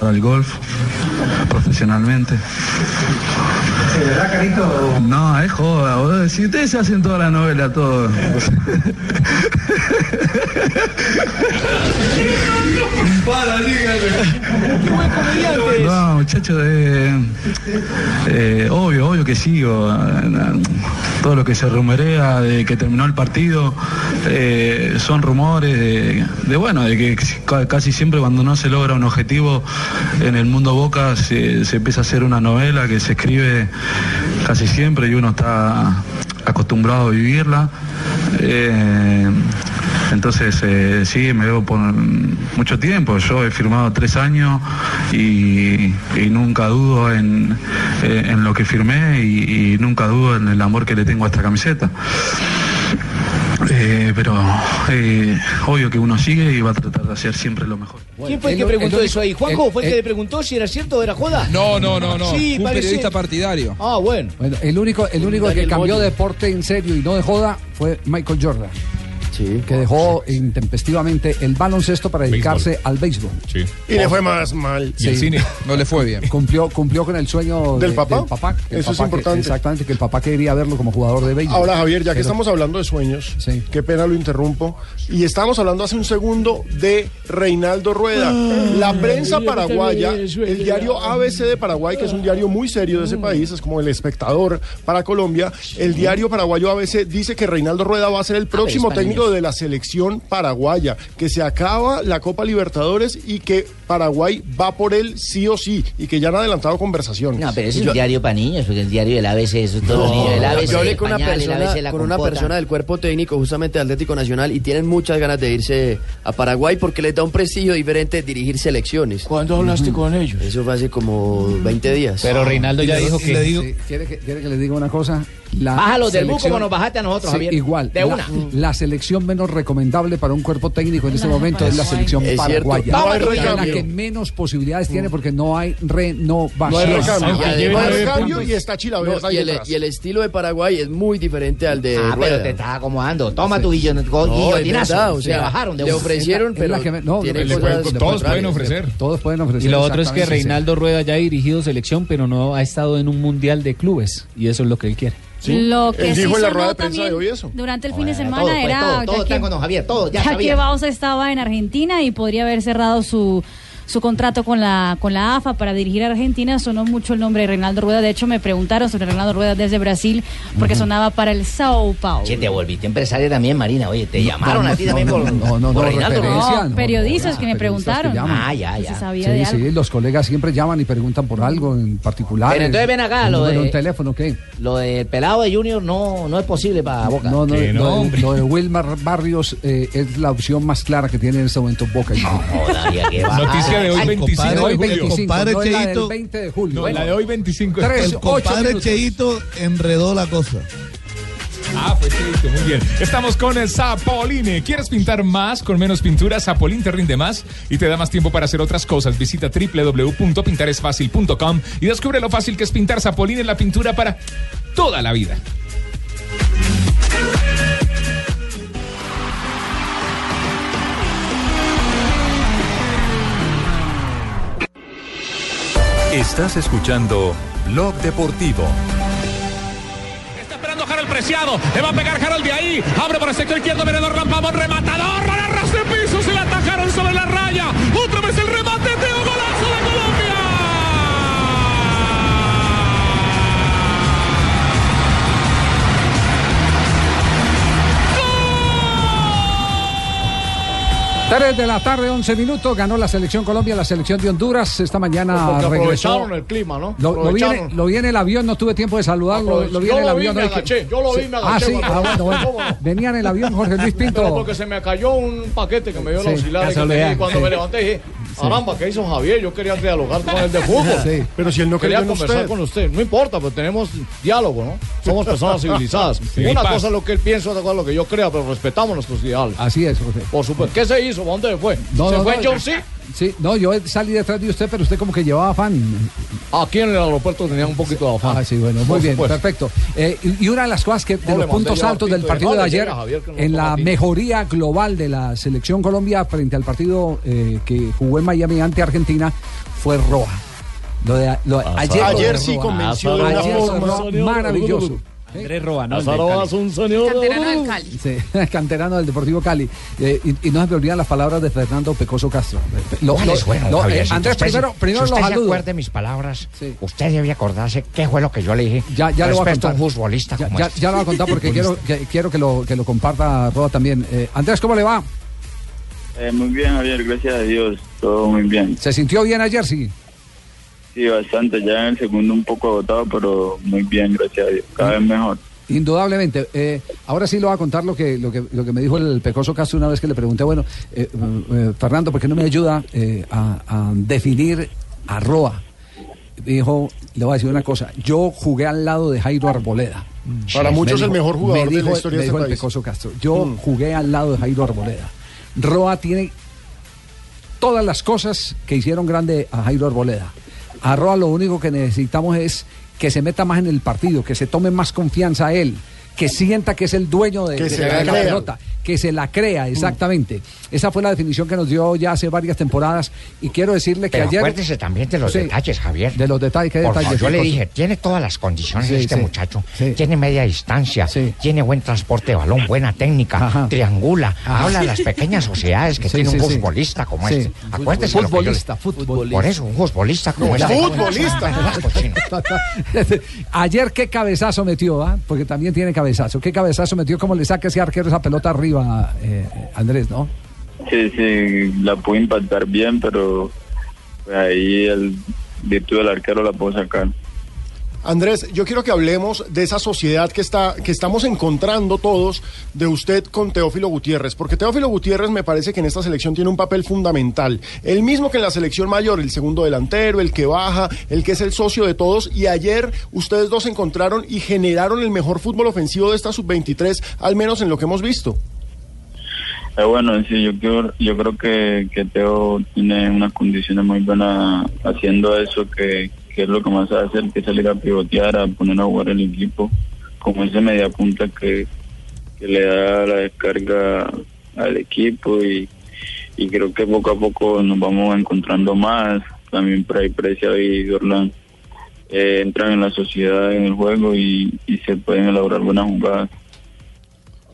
Para el golf, profesionalmente. ¿De verdad, Carito? No, es joda, boludo. Si ustedes se hacen toda la novela, todo. Para, No, muchachos, eh, eh, obvio, obvio que sigo. Todo lo que se rumorea de que terminó el partido eh, son rumores de, de, bueno, de que ca- casi siempre cuando no se logra un objetivo en el mundo Boca se, se empieza a hacer una novela que se escribe casi siempre y uno está acostumbrado a vivirla. Eh, entonces, eh, sí, me veo por mucho tiempo. Yo he firmado tres años y, y nunca dudo en, eh, en lo que firmé y, y nunca dudo en el amor que le tengo a esta camiseta. Eh, pero eh, obvio que uno sigue y va a tratar de hacer siempre lo mejor. ¿Quién fue el que preguntó el- eso ahí? ¿Juanjo fue el que el- le preguntó si era cierto o era joda? No, no, no, no. Sí, Un parece. periodista partidario. Ah, bueno. Bueno, el único, el único que Daniel cambió Boyle. de deporte en serio y no de joda fue Michael Jordan. Que dejó intempestivamente el baloncesto para dedicarse al béisbol. Y le fue más mal. Sí. No le fue bien. Cumplió, cumplió con el sueño ¿Del de- papá? que el Eso es papá que- importante. exactamente, que el papá quería verlo como jugador de béisbol. Ahora, Javier, ya que Pero- estamos hablando de sueños, qué pena lo interrumpo. Y estamos hablando hace un segundo de Reinaldo Rueda. la prensa Ah, yo también paraguaya, el sueño. Ah. diario ABC de Paraguay, que es un diario muy serio de ese país, es como el espectador para Colombia. El diario paraguayo ABC dice que Reinaldo Rueda va a ser el próximo español. técnico título de la selección paraguaya, que se acaba la Copa Libertadores y que Paraguay va por él sí o sí y que ya han adelantado conversaciones. No, pero es un diario para niños, porque el diario del ABC, eso es todo No, niño del ABC. yo hablé con, el una, pañal, el persona, ABC, la con una compota. persona del cuerpo técnico justamente de Atlético Nacional y tienen muchas ganas de irse a Paraguay porque les da un prestigio diferente dirigir selecciones. ¿Cuándo hablaste con ellos? Eso fue hace como 20 días. Ah. Y- y le digo- sí, ¿quiere, que, ¿Quiere que le diga una cosa? La Bájalos del bus selección- como nos bajaste a nosotros, Sí, Javier. Igual. De la, una. La selección menos recomendable para un cuerpo técnico en este momento es la selección Es cierto. paraguaya. Vamos, Es la recambio. que menos posibilidades tiene porque no hay renovación. No hay recambio. Aunque Y lleve además- nueve recambio puntos. y está No, y, el, y el estilo de Paraguay es muy diferente al de Ah, pero Rueda. te estás acomodando. Toma tu guillon- go- No, es guillotinazo. verdad, o sea, Le bajaron de le una. ofrecieron, Es pero la que me- no, tiene le pueden- cosas le contrarias. Todos pueden ofrecer. Y lo otro es que exactamente, sí, sí. Reinaldo Rueda ya ha dirigido selección, pero no ha estado en un mundial de clubes. Y eso es lo que él quiere. Lo que Él sí dijo en la sonó rueda de prensa también de hoy eso. Durante el fin de Bueno, semana todo, pues, era todo, todo ya está que, con don Javier, todo, ya, ya Javier. que Baus estaba en Argentina y podría haber cerrado su su contrato con la con la AFA para dirigir a Argentina sonó mucho el nombre de Reinaldo Rueda. De hecho, me preguntaron sobre Reinaldo Rueda desde Brasil porque sonaba para el Sao Paulo. Che, te volviste empresaria también, Marina. Oye, te llamaron a ti también por. No, no, no, por Reinaldo. referencia, no. Ah, periodistas que me preguntaron. Pues llaman. Ah, ya, Se ya. sabía de Sí, algo. sí, los colegas siempre llaman y preguntan por algo en particular. Pero entonces ven acá, el lo número de- de un teléfono, ¿qué? Lo del pelado de Junior no, no es posible para Boca. No, no, lo, de- lo de Wilmar Barrios eh, es la opción más clara que tiene en este momento Boca. Noticia de hoy 25 de Hoy julio. 25, Compadre no es la del Cheito. 20 de julio. No, la de hoy 25. Tres, El ocho compadre minutos. Cheito. Enredó la cosa. Ah, fue Cheito, muy bien. Estamos con el Zapolín. Eh, ¿Quieres pintar más con menos pintura? Zapolín te rinde más y te da más tiempo para hacer otras cosas. Visita www.pintaresfacil.com y descubre lo fácil que es pintar Zapolín en la pintura para toda la vida. Estás escuchando Blog Deportivo. Esperando Harold Preciado. Le va a pegar Harold de ahí. Abre por el sector izquierdo. Venedor Rampamón. Rematador. Para ras de piso. Se la atajaron sobre la raya. Otra vez el remate. Teo golazo de Colombia. Tres de la tarde, 11 minutos. Ganó la selección Colombia, la selección de Honduras. Esta mañana Pues Porque Ah, regresó. aprovecharon el clima, ¿no? Lo, lo vi en, Aprovecharon. lo vi en el avión, no tuve tiempo de saludarlo. Aprovecho. Lo vi Yo en el lo vi, avión. me no dije- agaché, yo lo vi, Sí. me agaché, Ah, sí, Barbarito. ah, bueno, bueno. Venía en el avión Jorge Luis Pero Pinto. porque se me cayó un paquete que me dio la Sí, auxiliar y casualidad. cuando Sí. me levanté dije, caramba, ¿qué hizo Javier? Yo quería dialogar con el de fútbol. Sí. Pero si él no quería creyó en conversar usted. con usted. No importa, pues tenemos diálogo, ¿no? Somos personas civilizadas. Sí, Una paz. cosa es lo que él piensa, otra cosa es lo que yo crea, pero respetamos nuestros ideales. Así es, Jorge. Por supuesto. ¿Qué se hizo? ¿A ¿Dónde fue? No, ¿Se no, fue no. John C? Sí, no, yo salí detrás de usted, pero usted como que llevaba afán. Aquí en el aeropuerto tenía un poquito de afán. Ah, sí, bueno, muy Por bien, supuesto. perfecto. Eh, y y una de las cosas que de No, le los mandé puntos ya a altos del Tito, partido no, de le ayer llega a Javier, que no en la toma mejoría global de la selección Colombia frente al partido eh, que jugó en Miami ante Argentina fue Roja. Lo de- lo- ayer, lo de Ayer sí Roa. convenció de una Ayer forma. Roa, maravilloso. Andrés Roa, ¿no? Azaroa Del es Cali. un señor. Canterano del Cali. Sí, canterano del Deportivo Cali. Eh, y, y no se me olvidan las palabras de Fernando Pecoso Castro. Lo- No lo- les fueron, lo- eh, Javiercito. Andrés, Usted se- primero, primero si los usted se saludo. acuerde mis palabras, usted debe acordarse qué fue lo que yo le dije. Ya, ya lo voy a respecto contar. un futbolista ya, como ya- este. ya lo voy a contar porque quiero, que, quiero que, lo, que lo comparta Roa también. Eh, Andrés, ¿cómo le va? Eh, muy bien, Javier, gracias a Dios, todo muy bien. ¿Se sintió bien ayer? Sí. Sí, bastante, ya en el segundo un poco agotado, pero muy bien, gracias a Dios, cada vez mejor. Indudablemente. Eh, ahora sí lo voy a contar lo que, lo que, lo que me dijo el Pecoso Castro una vez que le pregunté, bueno, eh, eh, Fernando, ¿por qué no me ayuda eh, a, a definir a Roa? Dijo, le voy a decir una cosa, yo jugué al lado de Jairo Arboleda. Para Me muchos el mejor jugador me de la dijo- historia me de dijo este el país. Pecoso Castro. Yo Mm. jugué al lado de Jairo Arboleda. Roa tiene todas las cosas que hicieron grande a Jairo Arboleda. A Roa lo único que necesitamos es que se meta más en el partido, que se tome más confianza a él, que sienta que es el dueño de, Que de- se de la la crea. pelota, que se la Mm. crea, exactamente. Esa fue la definición que nos dio ya hace varias temporadas y quiero decirle que Pero ayer... acuérdese también de los Sí. detalles, Javier. De los detalles, ¿qué Por detalles? favor, yo ¿Qué le cosa? dije, tiene todas las condiciones Sí, este sí. muchacho. Tiene media distancia, tiene buen transporte de balón, buena técnica, triangula. Ajá. Habla de las pequeñas sociedades que Ah, Sí, tiene un sí, sí. futbolista como Sí. este. Acuérdese lo que yo le- futbolista, futbolista. Por eso, un futbolista como este. Ayer qué cabezazo metió, ¿ah? porque también tiene cabezazo. ¿Qué cabezazo metió? ¿Cómo le saca ese arquero esa pelota arriba? arriba, eh, Andrés, ¿no? Sí, sí, la pude impactar bien, pero pues, ahí el virtud del arquero la puedo sacar. Andrés, yo quiero que hablemos de esa sociedad que, está, que estamos encontrando todos de usted con Teófilo Gutiérrez, porque Teófilo Gutiérrez me parece que en esta selección tiene un papel fundamental. El mismo que en la selección mayor, el segundo delantero, el que baja, el que es el socio de todos, y ayer ustedes dos se encontraron y generaron el mejor fútbol ofensivo de esta sub-23, al menos en lo que hemos visto. Eh, bueno, sí, yo creo, yo creo que, que Teo tiene unas condiciones muy buenas haciendo eso, que, que es lo que más sabe hacer, que es salir a pivotear, a poner a jugar el equipo, como ese media punta que, que le da la descarga al equipo y, y creo que poco a poco nos vamos encontrando más. También por ahí Precia y Orlando entran en la sociedad, en el juego y, y se pueden elaborar buenas jugadas.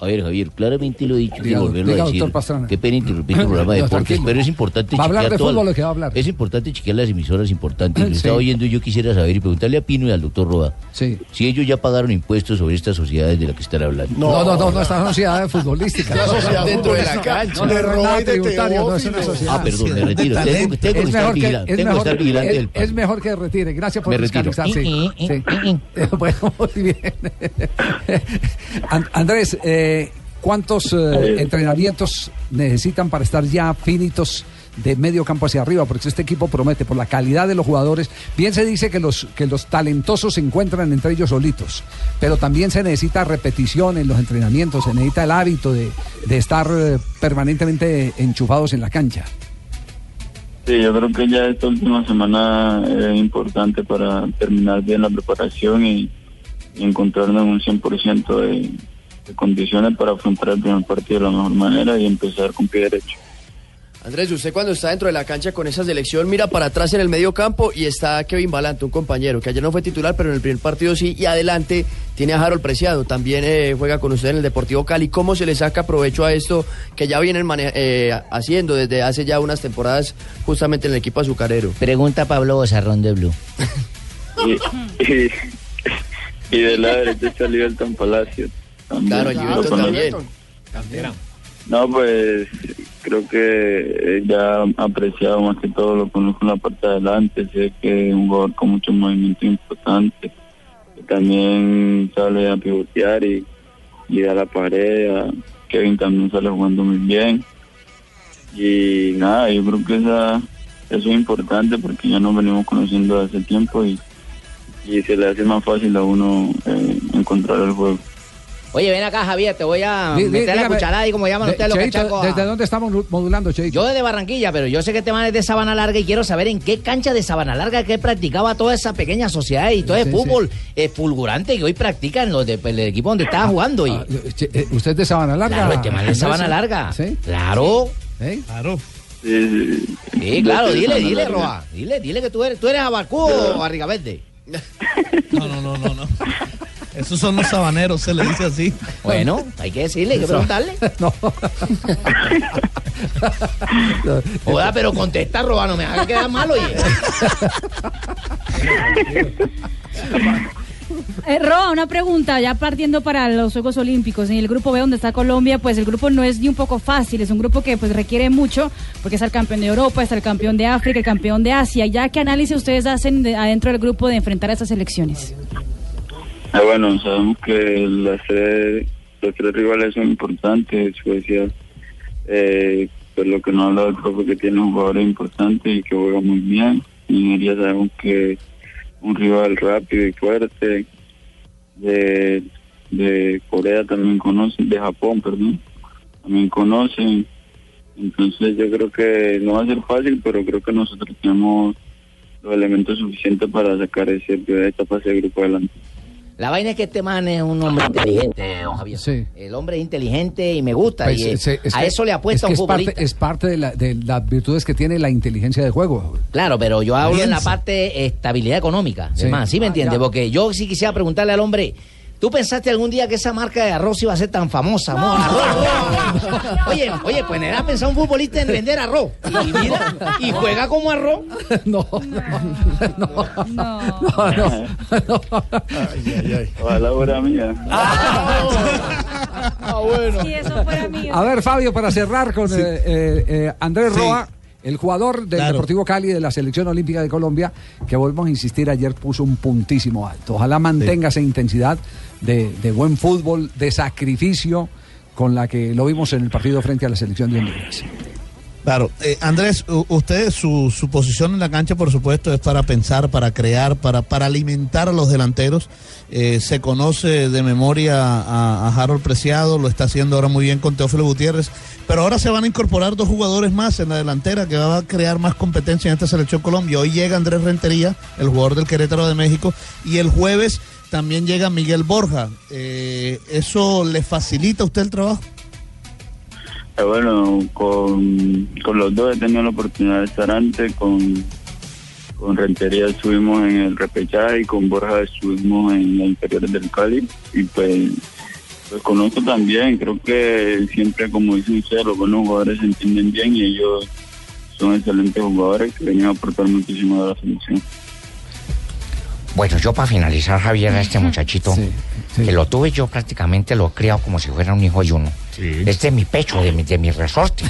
A ver, Javier, claramente lo he dicho y Diga, volverlo diga, a decir. doctor Pastrana. Qué pena interrumpir el programa de No, deportes, tranquilo. pero es importante Va a hablar chequear de todas- fútbol lo que va a hablar. Es importante chequear las emisoras importantes. Lo Sí. estaba oyendo y yo quisiera saber y preguntarle a Pino y al doctor Roa si ellos ya pagaron impuestos sobre estas sociedades de las que están hablando. No, no, no, no, esta es una sociedad futbolística. La sociedad Dentro de la futbolística. cancha. Le No, no, no, roba nada y de tributario, no, es una Teófilo. sociedad. Ah, perdón, me retiro. Tengo- de talento. tengo que Es estar mejor vigilante, tengo es que mejor estar vigilante es- Ah, del Es mejor que retire. Gracias por Me retiro. fiscalizar. Sí, sí. Eh, Bueno, muy bien. And- Andrés, eh, ¿cuántos eh, entrenamientos necesitan para estar ya finitos? de medio campo hacia arriba, porque este equipo promete por la calidad de los jugadores. Bien se dice que los, que los talentosos se encuentran entre ellos solitos, pero también se necesita repetición en los entrenamientos, se necesita el hábito de, de estar eh, permanentemente enchufados en la cancha. Sí, yo creo que ya esta última semana es importante para terminar bien la preparación y, y encontrarnos en un 100% de, de condiciones para afrontar el primer partido de la mejor manera y empezar con pie derecho. Andrés, usted cuando está dentro de la cancha con esa selección mira para atrás en el medio campo y está Kevin Balante, un compañero que ayer no fue titular, pero en el primer partido sí, y adelante tiene a Harold Preciado, también eh, juega con usted en el Deportivo Cali. ¿Cómo se le saca provecho a esto que ya vienen mane- eh, haciendo desde hace ya unas temporadas justamente en el equipo azucarero? Pregunta Pablo Bozarrón de Blue. Y, y, y de la derecha salió el Tan Palacio. También, Claro, lo Gilberto conozco. también. No, pues creo que eh, ya apreciado más que todo lo conozco en la parte de adelante, sé que es un jugador con mucho movimiento importante, que también sale a pivotear y, y a la pared, a- Kevin también sale jugando muy bien. Y nada, yo creo que esa, eso es importante porque ya nos venimos conociendo hace tiempo y, y se le hace más fácil a uno eh, encontrar el juego. Oye, ven acá, Javier, te voy a Di- di- meter la dígame, cucharada y como llaman de- ustedes los Cheito, cachacos. a- ¿Desde dónde estamos ru- modulando, Cheito? Yo de Barranquilla, pero yo sé que este man es de Sabana Larga y quiero saber en qué cancha de Sabana Larga que practicaba toda esa pequeña sociedad y todo ese Sí, fútbol eh, fulgurante que hoy practican los de- pues, el equipo donde estaba jugando. Y, Che- eh, ¿Usted es de Sabana Larga? Claro, este man es de Sabana Larga. Claro. ¿Eh? Claro. Sí, sí. Sí, claro, Yo soy de dile, Sabana dile, Larga. Roa. Dile, dile que tú eres, tú eres Abacú o Barriga Verde. Esos son los sabaneros, se le dice así. Bueno, hay que decirle, hay que preguntarle. No. Joda, pero contesta, Roa, no me hagas quedar mal, oye. Eh, Roa, una pregunta, ya partiendo para los Juegos Olímpicos, en el grupo B donde está Colombia, pues el grupo no es ni un poco fácil, es un grupo que pues requiere mucho, porque es el campeón de Europa, es el campeón de África, el campeón de Asia, ya qué análisis ustedes hacen de- adentro del grupo de enfrentar a estas elecciones. Ah, bueno, sabemos que las tres, los tres rivales son importantes. Suecia, eh, pues lo que nos habla del profe que tiene un jugador importante y que juega muy bien. Nigeria sabemos que es un rival rápido y fuerte. De, de Corea también conocen, de Japón, perdón, también conocen. Entonces yo creo que no va a ser fácil, pero creo que nosotros tenemos los elementos suficientes para sacar ese, esta fase de grupo adelante. La vaina es que este man es un hombre inteligente, don Javier. El hombre es inteligente y me gusta. Pues, y, eh, es- es a que- eso le apuesta es que un es parte- futbolista. es parte de, la- de las virtudes que tiene la inteligencia de juego. Claro, pero yo hablo en la Piensa. parte de estabilidad económica. Sí. Además, ¿sí me Ah, entiende? ya. Porque yo sí quisiera preguntarle al hombre. ¿Tú pensaste algún día que esa marca de arroz iba a ser tan famosa? amor? Arroz, arroz. Oye, oye, pues era pensado un futbolista en vender arroz. Y mira, y juega como arroz. No, no, no. Ojalá fuera mía. Ah, bueno. Si eso fuera mío. A ver, Fabio, para cerrar con eh, eh, eh, Andrés Roa, el jugador del Deportivo Cali de la Selección Olímpica de Colombia, que volvemos a insistir, ayer puso un puntísimo alto. Ojalá mantenga esa intensidad de, de buen fútbol, de sacrificio con la que lo vimos en el partido frente a la Selección de Honduras. Claro, eh, Andrés, u- usted su, su posición en la cancha, por supuesto, es para pensar, para crear, para, para alimentar a los delanteros. Eh, se conoce de memoria a, a Harold Preciado, lo está haciendo ahora muy bien con Teófilo Gutiérrez, pero ahora se van a incorporar dos jugadores más en la delantera que va a crear más competencia en esta selección Colombia. Hoy llega Andrés Rentería, el jugador del Querétaro de México, y el jueves también llega Miguel Borja. Eh, ¿Eso le facilita a usted el trabajo? Eh, bueno, con, con los dos he tenido la oportunidad de estar antes, con, con Rentería estuvimos en el repechaje y con Borja estuvimos en los interiores del Cali y pues, pues con otro también, creo que siempre como dicen ustedes, los buenos jugadores se entienden bien y ellos son excelentes jugadores que venían a aportar muchísimo a la selección. Bueno, yo para finalizar, Javier, a este muchachito, que lo tuve yo prácticamente, lo he criado como si fuera un hijo y uno. Este Es de mi pecho, de mi, de mi resorte.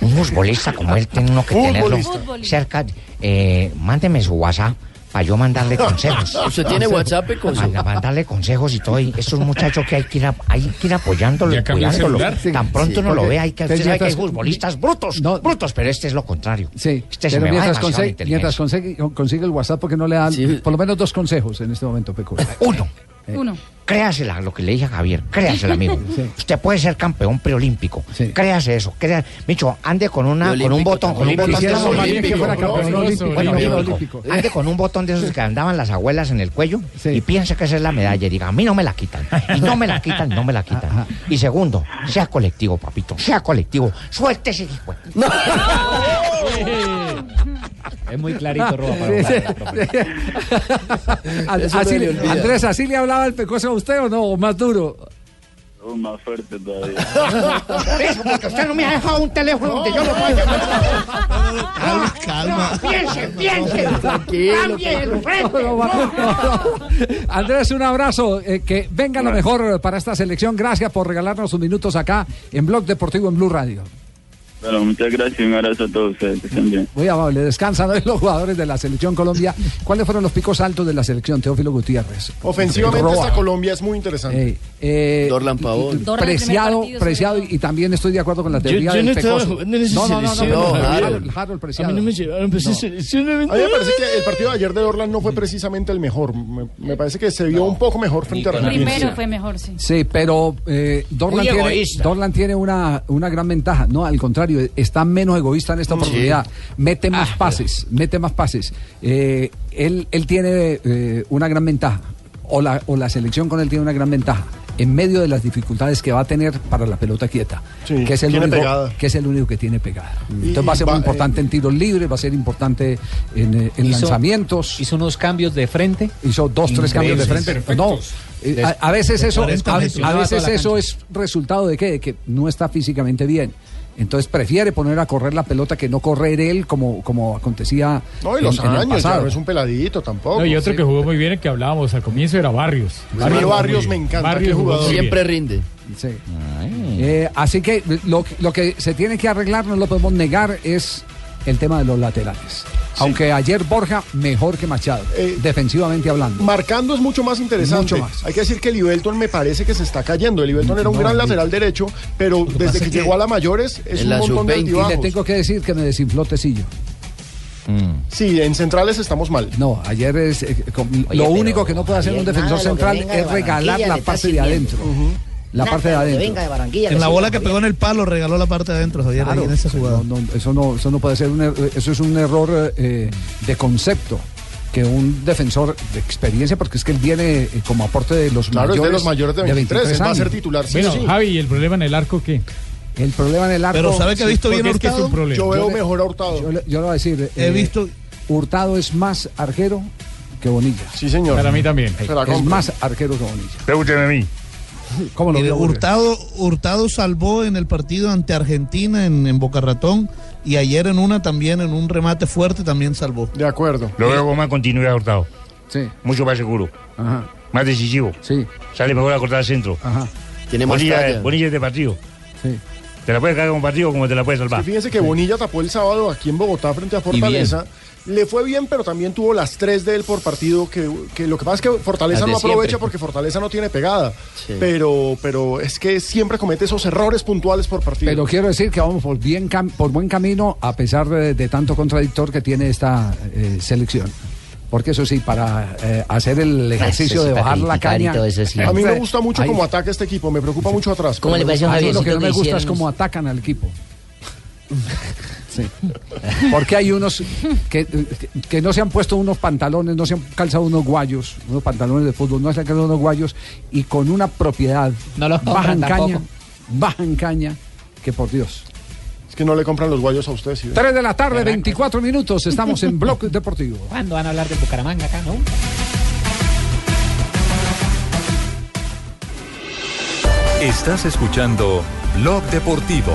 un futbolista como él tiene uno que tenerlo Futbolista. cerca. Eh, mándeme su WhatsApp para yo mandarle consejos. ¿Usted tiene WhatsApp y consejo? Para mandarle consejos y todo. y estos muchachos que hay que ir, a- hay que ir apoyándolo, Ya cambió el cuidándolo. celular. Tan pronto Sí, uno lo porque- ve, hay que, Pero usted sabe que hay mientras- futbolistas brutos, brutos, pero este es lo contrario. Sí, este se pero me va mientras, demasiado la conse- inteligencia. mientras consigue, consigue el WhatsApp, porque no le dan por lo menos dos consejos en este momento, Peco. Uno. Uno. Créasela, lo que le dije a Javier, créasela, amigo. Usted puede ser campeón preolímpico. Créase eso. Créase. Micho, ande con, una, Y con un olímpico botón, con un también. botón de Quisiera esos más bien que fuera olímpicos. campeón Bueno, olímpico, bueno, olímpico. olímpico. Ande con un botón de esos que andaban las abuelas en el cuello y piense que esa es la medalla. Y diga, a mí no me la quitan. Y no me la quitan, no me la quitan. Y segundo, sea colectivo, papito. Sea colectivo. Suéltese, hijo. de- Es muy clarito, Roa. para Sí, sí. hablar. Al- Eso así le- no le olvida. Andrés, ¿así le hablaba el pecoso a usted o no? ¿O más duro? Oh, más fuerte todavía. Eso, porque usted no me ha dejado un teléfono donde yo lo pueda llamar. Calma, calma. piense, piense. Cambie el frente. Andrés, un abrazo. eh, que venga lo mejor para esta selección. Gracias por regalarnos sus minutos acá en Blog Deportivo en Blue Radio. Bueno, muchas gracias y un abrazo a todos ustedes, que estén bien. Muy amable. Descansan hoy los jugadores de la selección Colombia. ¿Cuáles fueron los picos altos de la selección? Teófilo Gutiérrez. Ofensivamente Roa. esta Colombia es muy interesante. Dorlan Pavón. Dorlan, primer Preciado, partido, preciado y también estoy de acuerdo con la Yo- teoría yo del no estaba Pecoso. jugando en esa selección, Javier. Harold, Harold Preciado. A mí no me llevaron, pues, esa A mí me parece que el partido de ayer de Dorlan no fue precisamente el mejor. Me, me parece que se vio un poco mejor frente a Argentina. Primero fue mejor, sí. Sí, pero eh, Dorlan, Muy tiene, egoísta. Dorlan tiene una, una gran ventaja. No, al contrario, está menos egoísta en esta oportunidad. Ah, Mete más pases, mete más pases. Eh, él, él tiene eh, una gran ventaja, o la, o la selección con él tiene una gran ventaja, en medio de las dificultades que va a tener para la pelota quieta, Sí, que, es el tiene único, pegada. que es el único que tiene pegada. Y- Entonces va a ser va, eh, muy importante en tiros libres, va a ser importante en, eh, en Hizo- lanzamientos. Hizo unos cambios de frente. Hizo dos, tres cambios de frente. No, eh, a, a veces eso, a, veces- a veces eso es resultado de qué? De que no está físicamente bien. Entonces prefiere poner a correr la pelota que no correr él como, como acontecía No, y en, los en el años, ya pasado. no es un peladito tampoco. No, y otro Sí. que jugó muy bien, el que hablábamos al comienzo, era Barrios. A mí Barrios me encanta, qué jugador. Siempre rinde. Eh, así que lo, lo que se tiene que arreglar, no lo podemos negar, es el tema de los laterales. Aunque ayer Borja mejor que Machado, defensivamente hablando. Eh, Marcando es mucho más interesante. Mucho más. Hay que decir que Libelton me parece que se está cayendo. Libelton era un No, gran bendito. lateral derecho, pero pasa desde que, es que llegó a la mayores es un montón de Y le altibajos. tengo que decir que me desinfló Tecillo. Mm. Sí, en centrales estamos mal. No, ayer es eh, con- lo pero, único que no puede hacer un Javier, defensor nada de lo que central venga de es regalar Barranquilla la le está parte de sirviendo. adentro. La parte de adentro. En la bola que pegó en el palo, regaló la parte de adentro, Javier, ahí Claro, en esa jugada. no, no, eso no, eso no puede ser un er- eso es un error eh, de concepto que un defensor de experiencia, porque es que él viene eh, como aporte de los Claro, es de mayores los mayores de 23, va a ser titular, sí, Bueno, sí. Javi, ¿y el problema en el arco qué? El problema en el arco. Sí, porque es que es un problema. Yo veo le- mejor a Hurtado. Yo, le- yo le voy a decir. eh, He visto- Hurtado es más arquero que Bonilla. Sí, señor. Para mí también. Es Se la compro. más arquero que Bonilla. Pregúnteme a mí. ¿Cómo lo Mire, vio, Borja? Hurtado, Hurtado salvó en el partido ante Argentina en, en Boca Ratón y ayer en una también, en un remate fuerte, también salvó. De acuerdo. Lo Lo veo con más continuidad, Hurtado. Sí. Mucho más seguro. Ajá. Más decisivo. Sí. Sale mejor a cortar al centro. Ajá. Tiene más Bonilla, talla. Bonilla es de este partido. Te la puedes cagar con partido como te la puedes salvar. Que fíjense que Bonilla tapó el sábado aquí en Bogotá frente a Fortaleza. Le fue bien, pero también tuvo las tres de él por partido, que, que lo que pasa es que Fortaleza Las de no aprovecha siempre. porque Fortaleza no tiene pegada. Pero, pero es que siempre comete esos errores puntuales por partido. Pero quiero decir que vamos por, bien cam- por buen camino a pesar de, de tanto contradictor que tiene esta eh, selección. Porque eso sí, para eh, hacer Pues, el ejercicio de Necesita bajar la criticar y caña. todo eso, sí. A mí me gusta mucho cómo ataca este equipo, me preocupa mucho atrás. ¿Cómo pero le me parece gusta. a mí lo que no me gusta es cómo atacan al equipo. Sí. Porque hay unos que, que- que no se han puesto unos pantalones, no se han calzado unos guayos, unos pantalones de fútbol, no se han calzado unos guayos y con una propiedad bajan compran tampoco. caña, bajan caña, que por Dios. Es que no le compran los guayos a usted. ¿sí? 3 de la tarde, 24 minutos, estamos en Bloque Deportivo. ¿Cuándo van a hablar de Bucaramanga acá, no? Estás escuchando Blog Deportivo.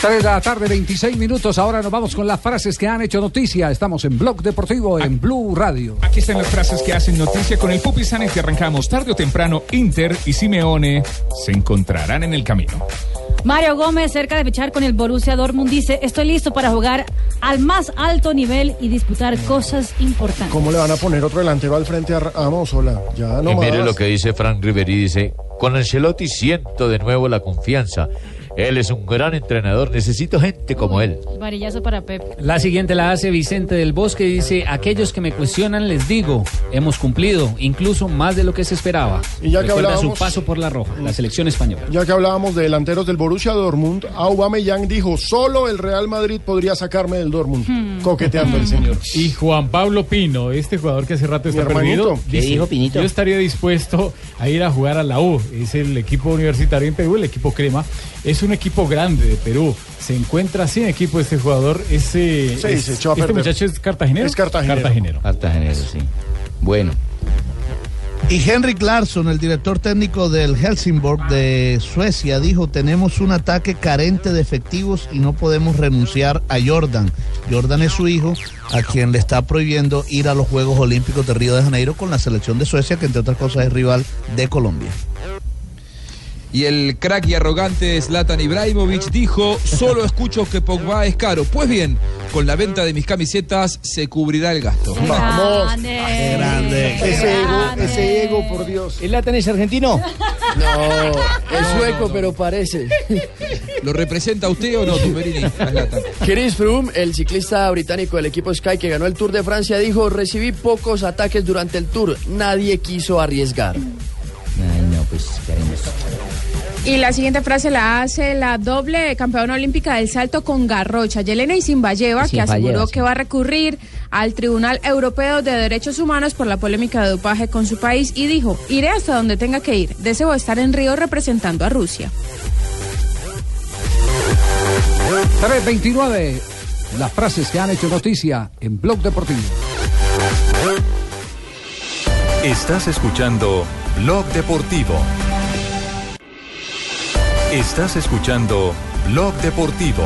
3 de la tarde, 26 minutos, ahora nos vamos con las frases que han hecho noticia. Estamos en Blog Deportivo, en Blue Radio. Aquí están las frases que hacen noticia con el Pupi Sanes que arrancamos tarde o temprano. Inter y Simeone se encontrarán en el camino. Mario Gómez, cerca de fichar con el Borussia Dortmund, dice, estoy listo para jugar al más alto nivel y disputar cosas importantes. ¿Cómo le van a poner otro delantero al frente a, Ra- a Mozola? Ya no y más. mire lo que dice Frank Riveri, dice, con Ancelotti siento de nuevo la confianza. Él es un gran entrenador, necesito gente como él. Varillazo para Pep. La siguiente la hace Vicente del Bosque y dice, aquellos que me cuestionan les digo, hemos cumplido, incluso más de lo que se esperaba. Y ya que Recuerda hablábamos- su paso por la roja, la selección española. Ya que hablábamos de delanteros del Borussia Dortmund, Aubameyang dijo, solo el Real Madrid podría sacarme del Dortmund, coqueteando el señor. Y Juan Pablo Pino, este jugador que hace rato está hermanito. perdido, ¿Qué dice, dijo Pinito? Yo estaría dispuesto a ir a jugar a la U. Es el equipo universitario en Perú, el equipo Crema. Es un equipo grande de Perú. Se encuentra sin equipo este jugador. Ese, Sí, es- se echó a este perder. muchacho es cartagenero. Es cartagenero. Cartagenero. Cartagenero, sí. Bueno. Y Henrik Larsson, el director técnico del Helsingborg de Suecia, dijo, tenemos un ataque carente de efectivos y no podemos renunciar a Jordan. Jordan es su hijo, a quien le está prohibiendo ir a los Juegos Olímpicos de Río de Janeiro con la selección de Suecia, que entre otras cosas es rival de Colombia. Y el crack y arrogante Zlatan Ibrahimovic dijo, solo escucho que Pogba es caro. Pues bien, con la venta de mis camisetas se cubrirá el gasto. Vamos. Qué grande. Ese ego, ese ego, por Dios. ¿El Latan es argentino? No, es sueco, pero parece. ¿Lo representa usted o no, Tumberini? a Zlatan? Chris Froome, el ciclista británico del equipo Sky que ganó el Tour de Francia, dijo, recibí pocos ataques durante el Tour, nadie quiso arriesgar. Ay, no, pues, caramba. Y la siguiente frase la hace la doble campeona olímpica del salto con Garrocha, Yelena Isinbayeva, que Isinbayeva, aseguró sí. que va a recurrir al Tribunal Europeo de Derechos Humanos por la polémica de dopaje con su país y dijo, iré hasta donde tenga que ir, deseo estar en Río representando a Rusia. 329, las frases que han hecho noticia en Blog Deportivo. Estás escuchando Blog Deportivo. Estás escuchando Blog Deportivo.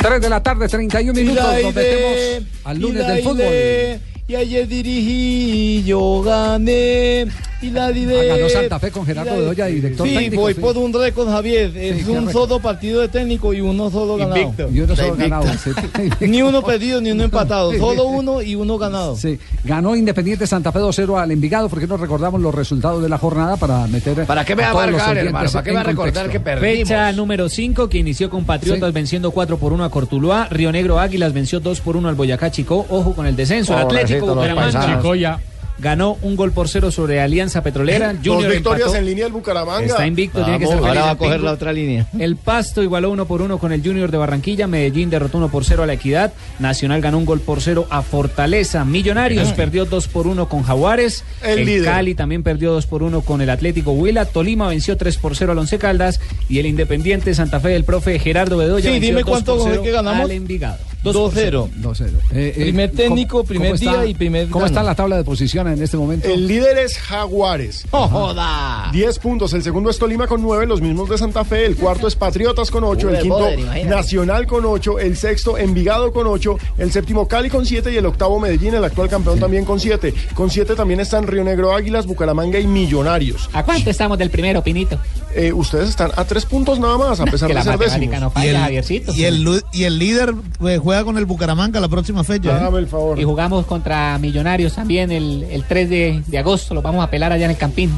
Tres de la tarde, 31 minutos. Nos metemos al lunes del fútbol. Y ayer dirigí, yo gané. Y la diré. Ah, ganó Santa Fe con Gerardo Bedoya, director sí, técnico, voy sí. por un récord, Javier. Es ¿qué un récord? solo partido de técnico y uno solo ganado. Y uno solo Está ganado. invicto. sí. Ni uno perdido, ni uno empatado. Solo uno y uno ganado. Sí, ganó Independiente Santa Fe 2-0 al Envigado, porque no recordamos los resultados de la jornada para meter. ¿Para qué me va a amargar, hermano? ¿Para qué me va a recordar que perdimos? Fecha número 5 que inició con Patriotas venciendo 4 por 1 a Cortuluá. Río Negro Águilas venció 2 por 1 al Boyacá Chico. Ojo con el descenso. El Atlético Pobrecito, los Bucaramanga. paisanos. Chicoya. Ganó un gol por 0 sobre Alianza Petrolera. Dos Junior victorias empató. en línea del Bucaramanga. Está invicto, tiene que ser feliz el Pingo. El Pasto igualó 1 por 1 con el Junior de Barranquilla. Medellín derrotó 1 por 0 a la Equidad. Nacional ganó un gol por 0 a Fortaleza. Millonarios Ajá. perdió 2 por 1 con Jaguares. El El, líder. Cali también perdió 2 por 1 con el Atlético Huila. Tolima venció 3 por 0 al Once Caldas. Y el Independiente Santa Fe del profe Gerardo Bedoya Sí, venció dime 2 por cuánto 0 que ganamos. al Envigado. 2-0. 2-0. Eh, eh, Primer ¿cómo- técnico, primer cómo está- día y primer ¿Cómo gano. está la tabla de posiciones en este Eh, momento? El líder es Jaguares. ¡No joda! 10 puntos. El segundo es Tolima con 9, los mismos de Santa Fe. El cuarto es Patriotas con 8. Uy, El el quinto, Boder, imagínate. Nacional con 8. El sexto, Envigado con 8. El séptimo, Cali con 7. Y el octavo, Medellín, el actual campeón, también con 7. Con 7 también están Río Negro Águilas, Bucaramanga y Millonarios. ¿A cuánto estamos del primero, Pinito? Eh, ustedes están a 3 puntos nada más, a pesar Que de la ser matemática décimos. no falla, Javiercito. Y el, lu- y el líder eh, juega con el Bucaramanga la próxima fecha. ¿eh? Hágame el favor. Y jugamos contra Millonarios también el, el 3 de, de agosto. Los vamos a pelar allá en el Campín.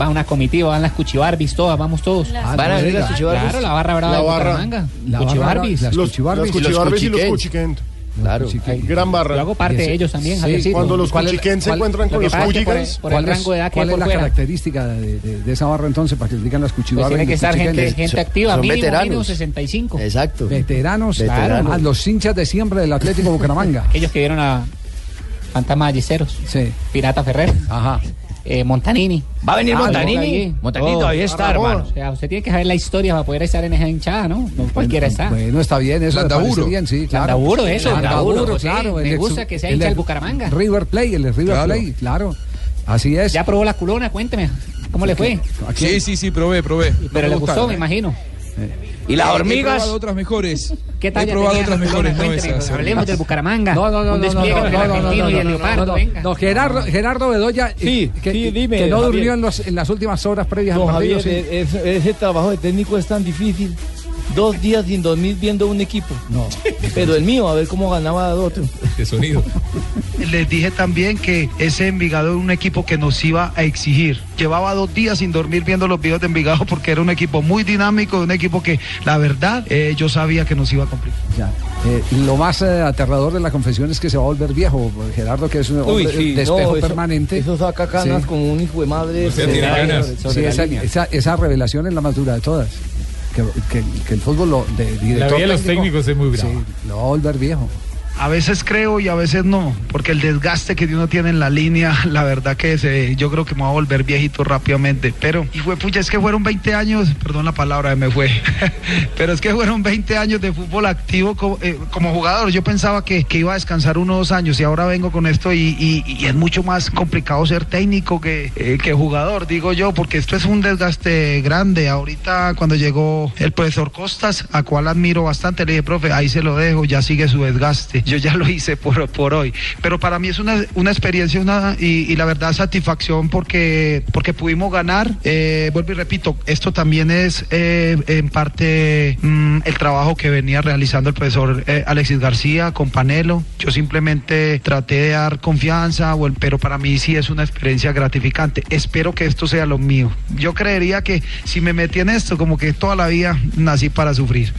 Va una comitiva, van las Cuchibarbis, todas, vamos todos. Ah, ¿Van a no venir diga. las Cuchibarbis? Claro, la barra brava La de barra- Bucaramanga. la barra- Cuchibarbis. las Los- Cuchibarbis. Los Cuchibarbis y los Cuchiquent. Claro. Gran barra. Yo hago parte de ellos también, Javiercito. Cuando los ¿Cuál es- Cuchiquent se cuál- encuentran lo con que los pasa es que por el- Cuchiquens. por el rango de edad que ¿Cuál es hay por la fuera? característica de, de- de esa barra entonces para que le digan las cuchibarras? Pues tiene y que los estar gente, cuchiquenes? gente activa, mínimo, mínimo 65. Exacto. Veteranos, Veteranos. Ah, los hinchas de siempre del Atlético Bucaramanga. Aquellos que vieron a Fantasma Balliceros, Pirata Ferrer, eh, Montanini. ¿Va a venir Ah, Montanini? Boca allí. Montanini todavía está, Ramón. hermano. O sea, usted tiene que saber la historia para poder estar en esa hinchada, ¿no? No cualquiera está. Bueno, está bien, eso me Landaburo. parece bien, sí, claro. Landaburo, eso, Landaburo, Landaburo, sí. claro. Me el ex- gusta que sea hincha el- del Bucaramanga. River Play, el River Claro. Play, claro. Así es. Ya probó la culona, cuénteme. ¿Cómo le fue? Sí, sí, sí, probé, probé. No Pero me le gustaron, gustó, me ¿eh? imagino. ¿Y las He- he hormigas? probado otras mejores. ¿Qué He tal? probado otras mejores, no esas Hablemos hormigas. del Bucaramanga. No, no, no, Un no, no, despliegue no, del no, no, argentino no, y el no, leopardo, no, no. venga. No, Gerardo, Gerardo Bedoya, eh, que, sí, dime, que no Javier. durmió en, los- en las últimas horas previas No, al partido. Javier, eh, es- es- ese trabajo de técnico es tan difícil. Dos días sin dormir viendo un equipo. No. Pero el mío, a ver cómo ganaba otro. De sonido. Les dije también que ese Envigado era un equipo que nos iba a exigir. Llevaba dos días sin dormir viendo los videos de Envigado porque era un equipo muy dinámico, un equipo que la verdad eh, yo sabía que nos iba a complicar. Ya. Eh, lo más eh, aterrador de la confesión es que se va a volver viejo, Gerardo, que es un Uy, hombre sí, de espejo no, eso- permanente. Eso saca canas Sí. como un hijo de madre. Sí, sobre la- sobre sí, la esa, línea. esa- esa revelación es la más dura de todas. Que, que- que el fútbol lo, de vida director de los técnicos es muy brava. sí, lo va a volver viejo. A veces creo y a veces no, porque el desgaste que uno tiene en la línea, la verdad que se, yo creo que me va a volver viejito rápidamente. Pero, y fue pucha, es que fueron 20 años, perdón la palabra, me fue, pero es que fueron 20 años de fútbol activo como, eh, como jugador. Yo pensaba que, que iba a descansar uno o dos años y ahora vengo con esto y, y- y es mucho más complicado ser técnico que, eh, que jugador, digo yo, porque esto es un desgaste grande. Ahorita cuando llegó el profesor Costas, a cual admiro bastante, le dije, profe, ahí se lo dejo, ya sigue su desgaste. Yo ya lo hice por, por hoy. Pero para mí es una, una experiencia una, y, y la verdad satisfacción porque, porque pudimos ganar. Eh, vuelvo y repito, esto también es eh, en parte mm, el trabajo que venía realizando el profesor eh, Alexis García con Panelo. Yo simplemente traté de dar confianza, o el- pero para mí sí es una experiencia gratificante. Espero que esto sea lo mío. Yo creería que si me metí en esto, como que toda la vida nací para sufrir.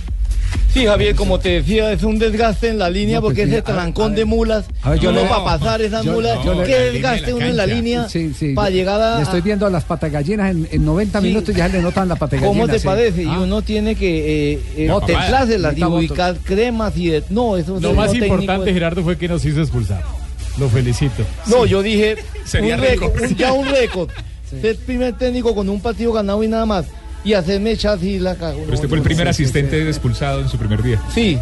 Sí, Javier, como te decía, es un desgaste en la línea No, pues porque sí, ese a- trancón de mulas, a ver, yo uno le- para pasar esas yo- mulas, yo le- qué la línea desgaste de la uno en la cancha. línea Sí, sí. para llegar a... Le estoy viendo a las patagallinas en, en 90 Sí. minutos ya le notan la patagallinas. ¿Cómo te sí. Ah. parece? Y uno tiene que eh, eh, No, templárselas papá, y no está ubicar cremas y... de- No, eso es Lo un más técnico importante, de- Gerardo, fue que nos hizo expulsar. Lo felicito. No, yo dije, Sería un récord, rico. un- ya un récord. Ser primer técnico con un partido ganado y nada más. Y hacerme echar así la cago. Pero usted fue el primer asistente expulsado en su primer día. Sí.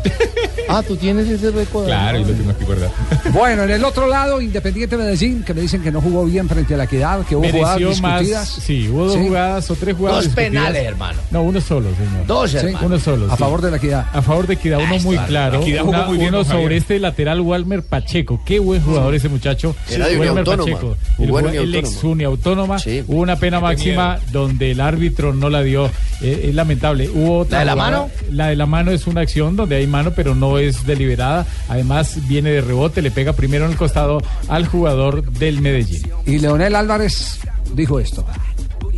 Ah, tú tienes ese récord. Claro, y lo tengo aquí guardado. Bueno, en el otro lado, Independiente Medellín, que me dicen que no jugó bien frente a la equidad, que hubo jugadas Mereció más. discutidas. Sí, hubo dos Sí. jugadas o tres jugadas. Dos discutidas. penales, hermano. No, uno solo, señor. Dos, Sí, hermano. Uno solo. A favor de la equidad. A favor de Equidad, uno muy claro. Equidad jugó Una- muy bien, uno don Javier. sobre este lateral, Walmer Pacheco. Qué buen jugador ese muchacho. Sí, era de Unión Walmer Autónoma. Pacheco. Jugó El, jue- en Unión el ex Autónoma. Uni Autónoma. Hubo una pena máxima donde el árbitro no la dio. Eh, es lamentable. Hubo otra ¿La de la jugada- mano? La de la mano es una acción donde hay mano, pero no es deliberada. Además, viene de rebote, le pega primero en el costado al jugador del Medellín. Y Leonel Álvarez dijo esto.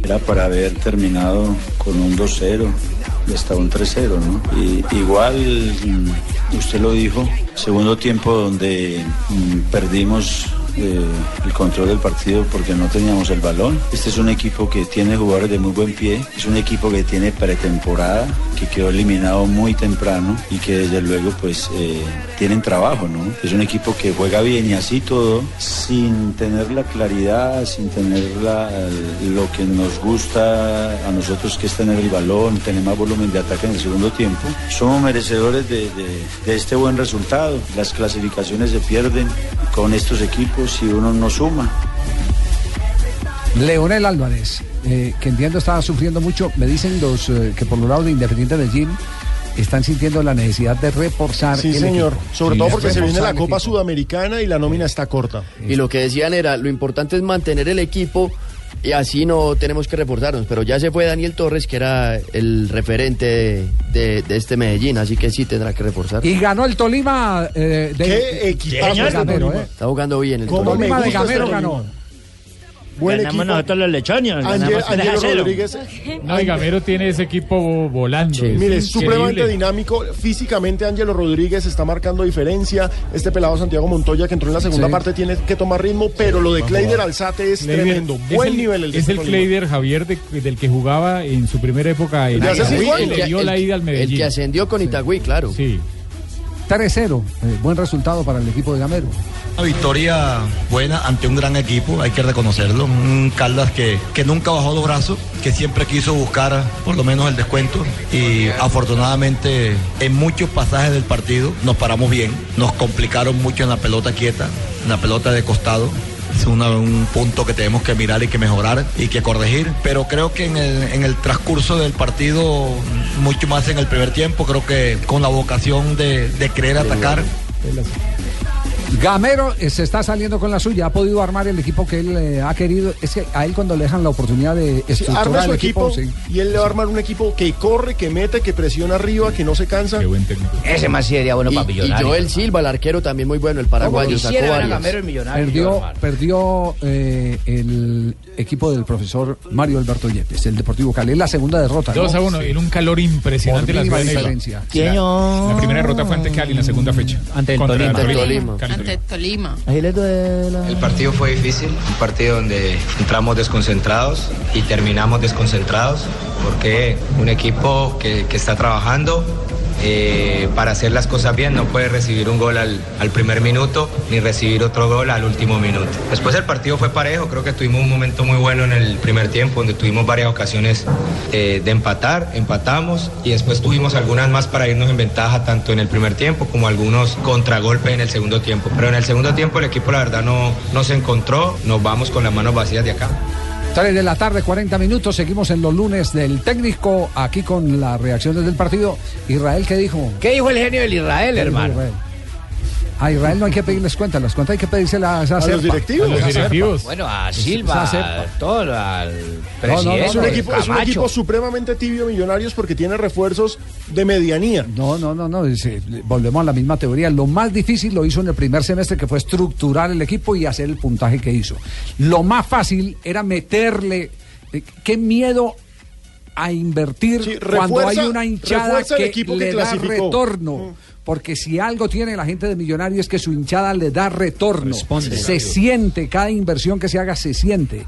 Era para haber terminado con un 2-0 y hasta un 3-0, ¿no? Y, igual, mm, usted lo dijo, segundo tiempo donde mm, perdimos eh, el control del partido porque no teníamos el balón. Este es un equipo que tiene jugadores de muy buen pie, es un equipo que tiene pretemporada, que quedó eliminado muy temprano y que desde luego pues eh, tienen trabajo, ¿no? Es un equipo que juega bien y así todo, sin tener la claridad, sin tener la- lo que nos gusta a nosotros que es tener el balón, tener más volumen de ataque en el segundo tiempo. Somos merecedores de, de- de este buen resultado. Las clasificaciones se pierden con estos equipos si uno no suma. Leonel Álvarez, eh, que entiendo estaba sufriendo mucho, me dicen los eh, que por los lados de Independiente Medellín están sintiendo la necesidad de reforzar. Sí, el señor. equipo. Sobre Sí, todo porque se viene reforzar la el Copa equipo. Sudamericana y la nómina está corta. Y lo que decían era, lo importante es mantener el equipo y así no tenemos que reportarnos. Pero ya se fue Daniel Torres, que era el referente de, de- de este Medellín, así que sí tendrá que reforzar. Y ganó el Tolima eh, de. ¿Qué equipazo de el Gamero, Tolima? eh. Está jugando bien el ¿Cómo me Tolima de gusta este Gamero Tolima? ganó. Buen Ganamos equipo. nosotros los lechones, Angel- ganamos tres a Angelo cero. Rodríguez. No, y Gamero tiene ese equipo volando. es Mire, es supremamente increíble. dinámico. Físicamente, Ángelo Rodríguez está marcando diferencia. Este pelado Santiago Montoya, que entró en la segunda Sí. parte, tiene que tomar ritmo. Pero lo de Vamos, Clayder vamos. Alzate es Kleider, tremendo. es Buen el- nivel el de Es este el Tolima. Kleider Javier de- del que jugaba en su primera época. en El que hace Itagüí, cinco que años. le dio El- la ida al el Medellín. que ascendió con Itagüí, claro. Sí. 3-0, eh, buen resultado para el equipo de Gamero. Una victoria buena ante un gran equipo, hay que reconocerlo. Un Caldas que, que nunca bajó los brazos, que siempre quiso buscar por lo menos el descuento. Y afortunadamente en muchos pasajes del partido nos paramos bien. Nos complicaron mucho en la pelota quieta, en la pelota de costado. Es una- un punto que tenemos que mirar y que mejorar y que corregir. Pero creo que en el, en el transcurso del partido, mucho más en el primer tiempo, creo que con la vocación de, de querer atacar. Gamero eh, se está saliendo con la suya, ha podido armar el equipo que él eh, ha querido. Es que a él cuando le dejan la oportunidad de Sí, estructurar arma su el equipo, equipo, sí. y él le va a armar un equipo que corre, que mete, que presiona arriba, que no se cansa. Qué buen técnico. Ese más sería bueno para Millonarios. Y Joel Silva, el arquero también muy bueno, el paraguayo, Como sacó quisiera ver a varias. Gamero en Perdió, perdió eh, el equipo del profesor Mario Alberto Yepes, el Deportivo Cali. Es la segunda derrota. 2 a 1, uno en un calor impresionante Por la mínima ciudad de Neiva. diferencia. Sí, la- La primera derrota fue ante Cali en la segunda fecha. Ante el Tolima. Ante el Cali, Tolima. Ante Tolima. El partido fue difícil, un partido donde entramos desconcentrados y terminamos desconcentrados, porque un equipo que, que está trabajando eh, para hacer las cosas bien no puede recibir un gol al, al primer minuto ni recibir otro gol al último minuto. Después el partido fue parejo, creo que tuvimos un momento muy bueno en el primer tiempo, donde tuvimos varias ocasiones eh, de empatar, empatamos y después tuvimos algunas más para irnos en ventaja tanto en el primer tiempo como algunos contragolpes en el segundo tiempo. Pero en el segundo tiempo el equipo la verdad no, no se encontró, nos vamos con las manos vacías de acá. 3 de la tarde, 40 minutos. Seguimos en los lunes del técnico, aquí con las reacciones del partido. Israel, ¿qué dijo? ¿Qué dijo el genio del Israel, ¿Qué dijo hermano? Israel? A Israel no hay que pedirles cuentas, las cuentas hay que pedírselas a, los Serpa. directivos. A los Esa Serpa. directivos. Bueno, a Silva, Esa a todo, al No, no, no, presidente, es, un equipo, es un Camacho. equipo supremamente tibio Millonarios porque tiene refuerzos de medianía. No, no, no, no. es, eh, volvemos a la misma teoría. Lo más difícil lo hizo en el primer semestre, que fue estructurar el equipo y hacer el puntaje que hizo. Lo más fácil era meterle. eh, qué miedo a invertir Sí, cuando hay refuerza- una hinchada refuerza el que, equipo que le da clasificó. Mm. retorno. Porque si algo tiene la gente de Millonario es que su hinchada le da retorno. Responde. Se siente, cada inversión que se haga se siente.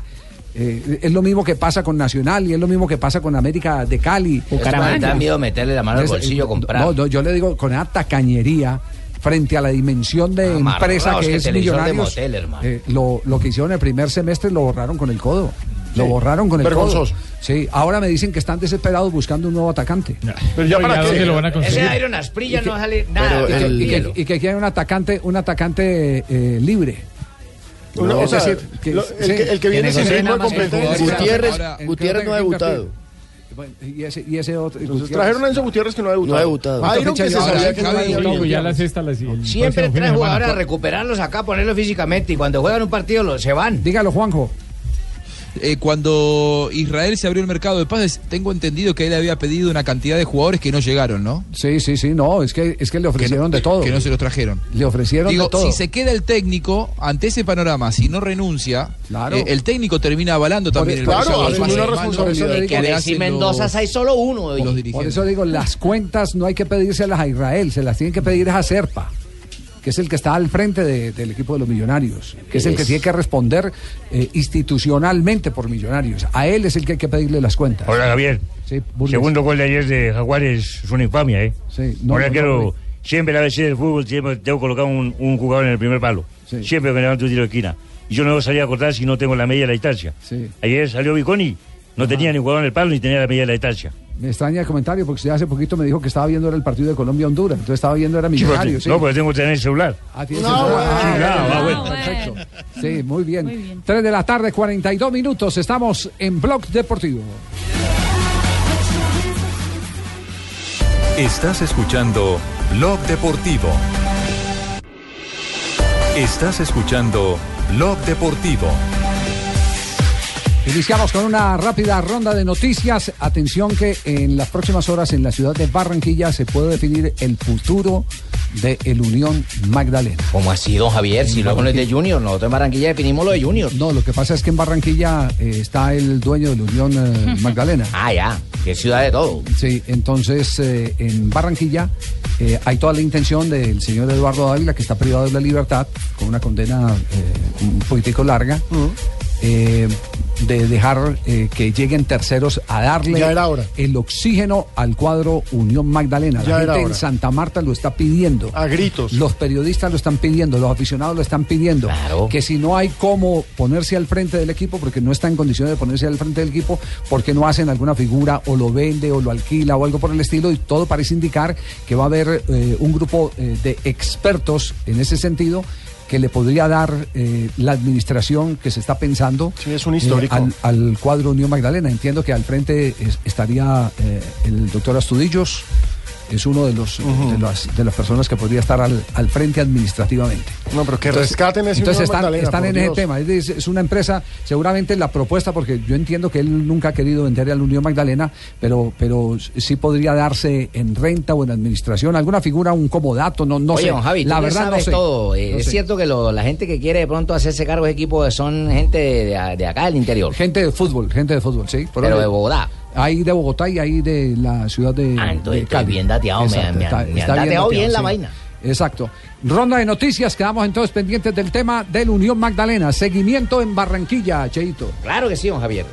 Eh, es lo mismo que pasa con Nacional y es lo mismo que pasa con América de Cali. Bucaramanga. Esto- Da miedo meterle la mano al Entonces, bolsillo, eh, comprar. No, no, yo le digo con esa tacañería frente a la dimensión de Amarrados empresa que que es televisor de Millonarios. motel, hermano. eh, lo, lo que hicieron el primer semestre lo borraron con el codo. Lo borraron con el Vergonzoso. codo. Sí, ahora me dicen que están desesperados buscando un nuevo atacante. Pero ya para qué. Ese Iron Asprilla Y que- no sale nada. y que, del y que- hielo. y que aquí hay un atacante, un atacante eh, libre. Una- o sea, lo- el que- el que viene sin ritmo negocie de nada más el competencia. jugador. Gutiérrez- Ahora, el Gutiérrez que no ha tenga que debutado. invertir. Bueno, Y ese, y ese otro. Entonces, trajeron a Enzo Gutiérrez que no ha debutado. A Iron que se sabía que no había debutado. ya la sexta, la- el próximo Siempre fin de trae semana. jugadores a recuperarlos acá, ponerlos físicamente. Y cuando juegan un partido, los, se van. Dígalo, Juanjo. Eh, cuando Israel se abrió el mercado de pases, tengo entendido que él había pedido una cantidad de jugadores que no llegaron, ¿no? Sí, sí, sí, no, es que, es que le ofrecieron de todo. que no se los trajeron. Le ofrecieron Digo, de todo. si se queda el técnico ante ese panorama, si no renuncia, eh, el técnico termina avalando también el mercado de pases. Es que Alexis Mendoza hay solo uno. Por eso digo, las cuentas no hay que pedírselas a Israel, se las tienen que pedir a Serpa. que es el que está al frente de- del equipo de los millonarios, que es el que Es. tiene que responder eh, institucionalmente por millonarios. A él es el que hay que pedirle las cuentas. Hola, Javier. Burles. Segundo gol de ayer de Jaguares es una infamia, ¿eh? Sí, no, Ahora no, quiero. no, siempre la veces del fútbol siempre tengo colocado un, un jugador en el primer palo. Siempre que levanto un tiro de esquina. Y yo no salía a cortar si no tengo la media de la distancia. Ayer salió Viconi, no tenía ni jugador en el palo ni tenía la media de la distancia. Me extraña el comentario porque usted hace poquito me dijo que estaba viendo era el partido de Colombia-Honduras, entonces estaba viendo era Sí, pero millonarios. te- No, porque tengo que tener el celular. Ah, Perfecto. Sí, muy bien. 3 de la tarde, 42 minutos. Estamos en Blog Deportivo. Estás escuchando Blog Deportivo. Estás escuchando Blog Deportivo. Iniciamos con una rápida ronda de noticias. Atención que en las próximas horas en la ciudad de Barranquilla se puede definir el futuro de el Unión Magdalena. ¿Cómo así, don Javier? Si luego no es de Junior, nosotros en Barranquilla definimos lo de Junior. No, lo que pasa es que en Barranquilla eh, está el dueño del Unión eh, Magdalena. Ah, ya, que es ciudad de todo. Sí, entonces eh, en Barranquilla eh, hay toda la intención del señor Eduardo Dávila, que está privado de la libertad, con una condena eh, un poquitico larga, eh, de dejar eh, que lleguen terceros a darle Ya era hora. el oxígeno al cuadro Unión Magdalena. Ya la era gente en hora. Santa Marta lo está pidiendo. A gritos. Los periodistas lo están pidiendo, los aficionados lo están pidiendo. Que si no hay cómo ponerse al frente del equipo, porque no está en condiciones de ponerse al frente del equipo, porque no hacen alguna figura o lo vende o lo alquila o algo por el estilo, y todo parece indicar que va a haber eh, un grupo eh, de expertos en ese sentido que le podría dar eh, la administración que se está pensando es un histórico. Eh, al, al cuadro Unión Magdalena. Entiendo que al frente es- estaría eh, el doctor Astudillos, es uno de los de, las, de las personas que podría estar al, al frente administrativamente. No, pero que rescaten ese Entonces Unión están, Magdalena, están por en ese Dios. tema. Es, decir, es una empresa, seguramente la propuesta, porque yo entiendo que él nunca ha querido vender al Unión Magdalena, pero, pero sí podría darse en renta o en administración, alguna figura, un comodato, no, no Oye, sé. don Javi, tú la que verdad sabes no sé. todo. Eh, No es sé. cierto que lo- la gente que quiere de pronto hacerse cargo de ese equipo son gente de, de acá, del interior. Gente de fútbol, gente de fútbol, sí. Pero de Bogotá. Hay de Bogotá y hay de la ciudad de. Ah, entonces estoy bien dateado, me- me- me han dateado bien la vaina. Exacto. Ronda de noticias, quedamos entonces pendientes del tema del Unión Magdalena. Seguimiento en Barranquilla, Cheito. Claro que sí, don Javier.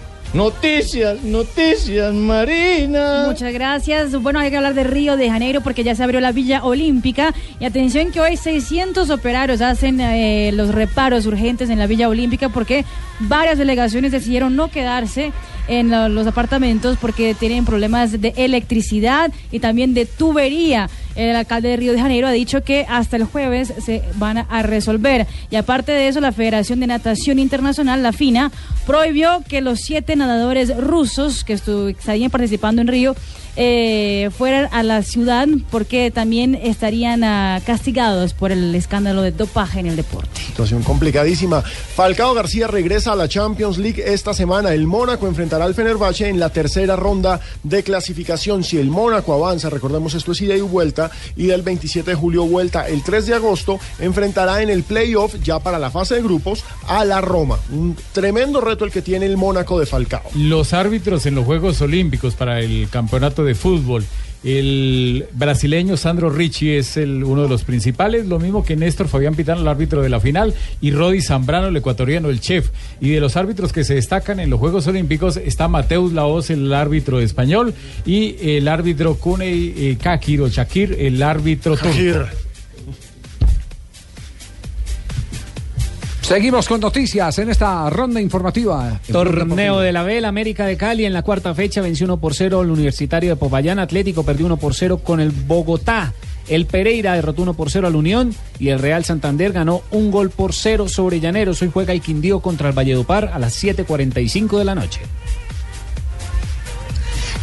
Noticias, noticias, Marina. Muchas gracias. Bueno, hay que hablar de Río de Janeiro porque ya se abrió la Villa Olímpica. Y atención que hoy 600 operarios hacen eh, los reparos urgentes en la Villa Olímpica porque varias delegaciones decidieron no quedarse en lo- los apartamentos porque tienen problemas de electricidad y también de tubería. El alcalde de Río de Janeiro ha dicho que hasta el jueves se van a resolver. Y aparte de eso, la Federación de Natación Internacional, la FINA, prohibió que los siete nadadores rusos que estu- que estarían participando en Río eh, fueran a la ciudad porque también estarían ah, castigados por el escándalo de dopaje en el deporte. Situación complicadísima. Falcao García regresa a la Champions League esta semana. El Mónaco enfrentará al Fenerbahce en la tercera ronda de clasificación. Si el Mónaco avanza, recordemos esto es ida y vuelta, y del 27 de julio vuelta el 3 de agosto, enfrentará en el playoff ya para la fase de grupos a la Roma. Un tremendo reto el que tiene el Mónaco de Falcao. Los árbitros en los Juegos Olímpicos para el campeonato de fútbol. El brasileño Sandro Ricci es el, uno de los principales, lo mismo que Néstor Fabián Pitano, el árbitro de la final, y Rodi Zambrano, el ecuatoriano, el chef. Y de los árbitros que se destacan en los Juegos Olímpicos está Mateus Laoz, el árbitro español, y el árbitro Kunei eh, Kakir o Shakir, el árbitro turco. Seguimos con noticias en esta ronda informativa. En Blog Torneo Deportivo. de la B, la América de Cali en la cuarta fecha venció 1 por 0 al Universitario de Popayán, Atlético perdió 1 por 0 con el Bogotá, el Pereira derrotó 1 por 0 al Unión y el Real Santander ganó un gol por 0 sobre Llaneros. Hoy juega el Quindío contra el Valledupar a las 7.45 de la noche.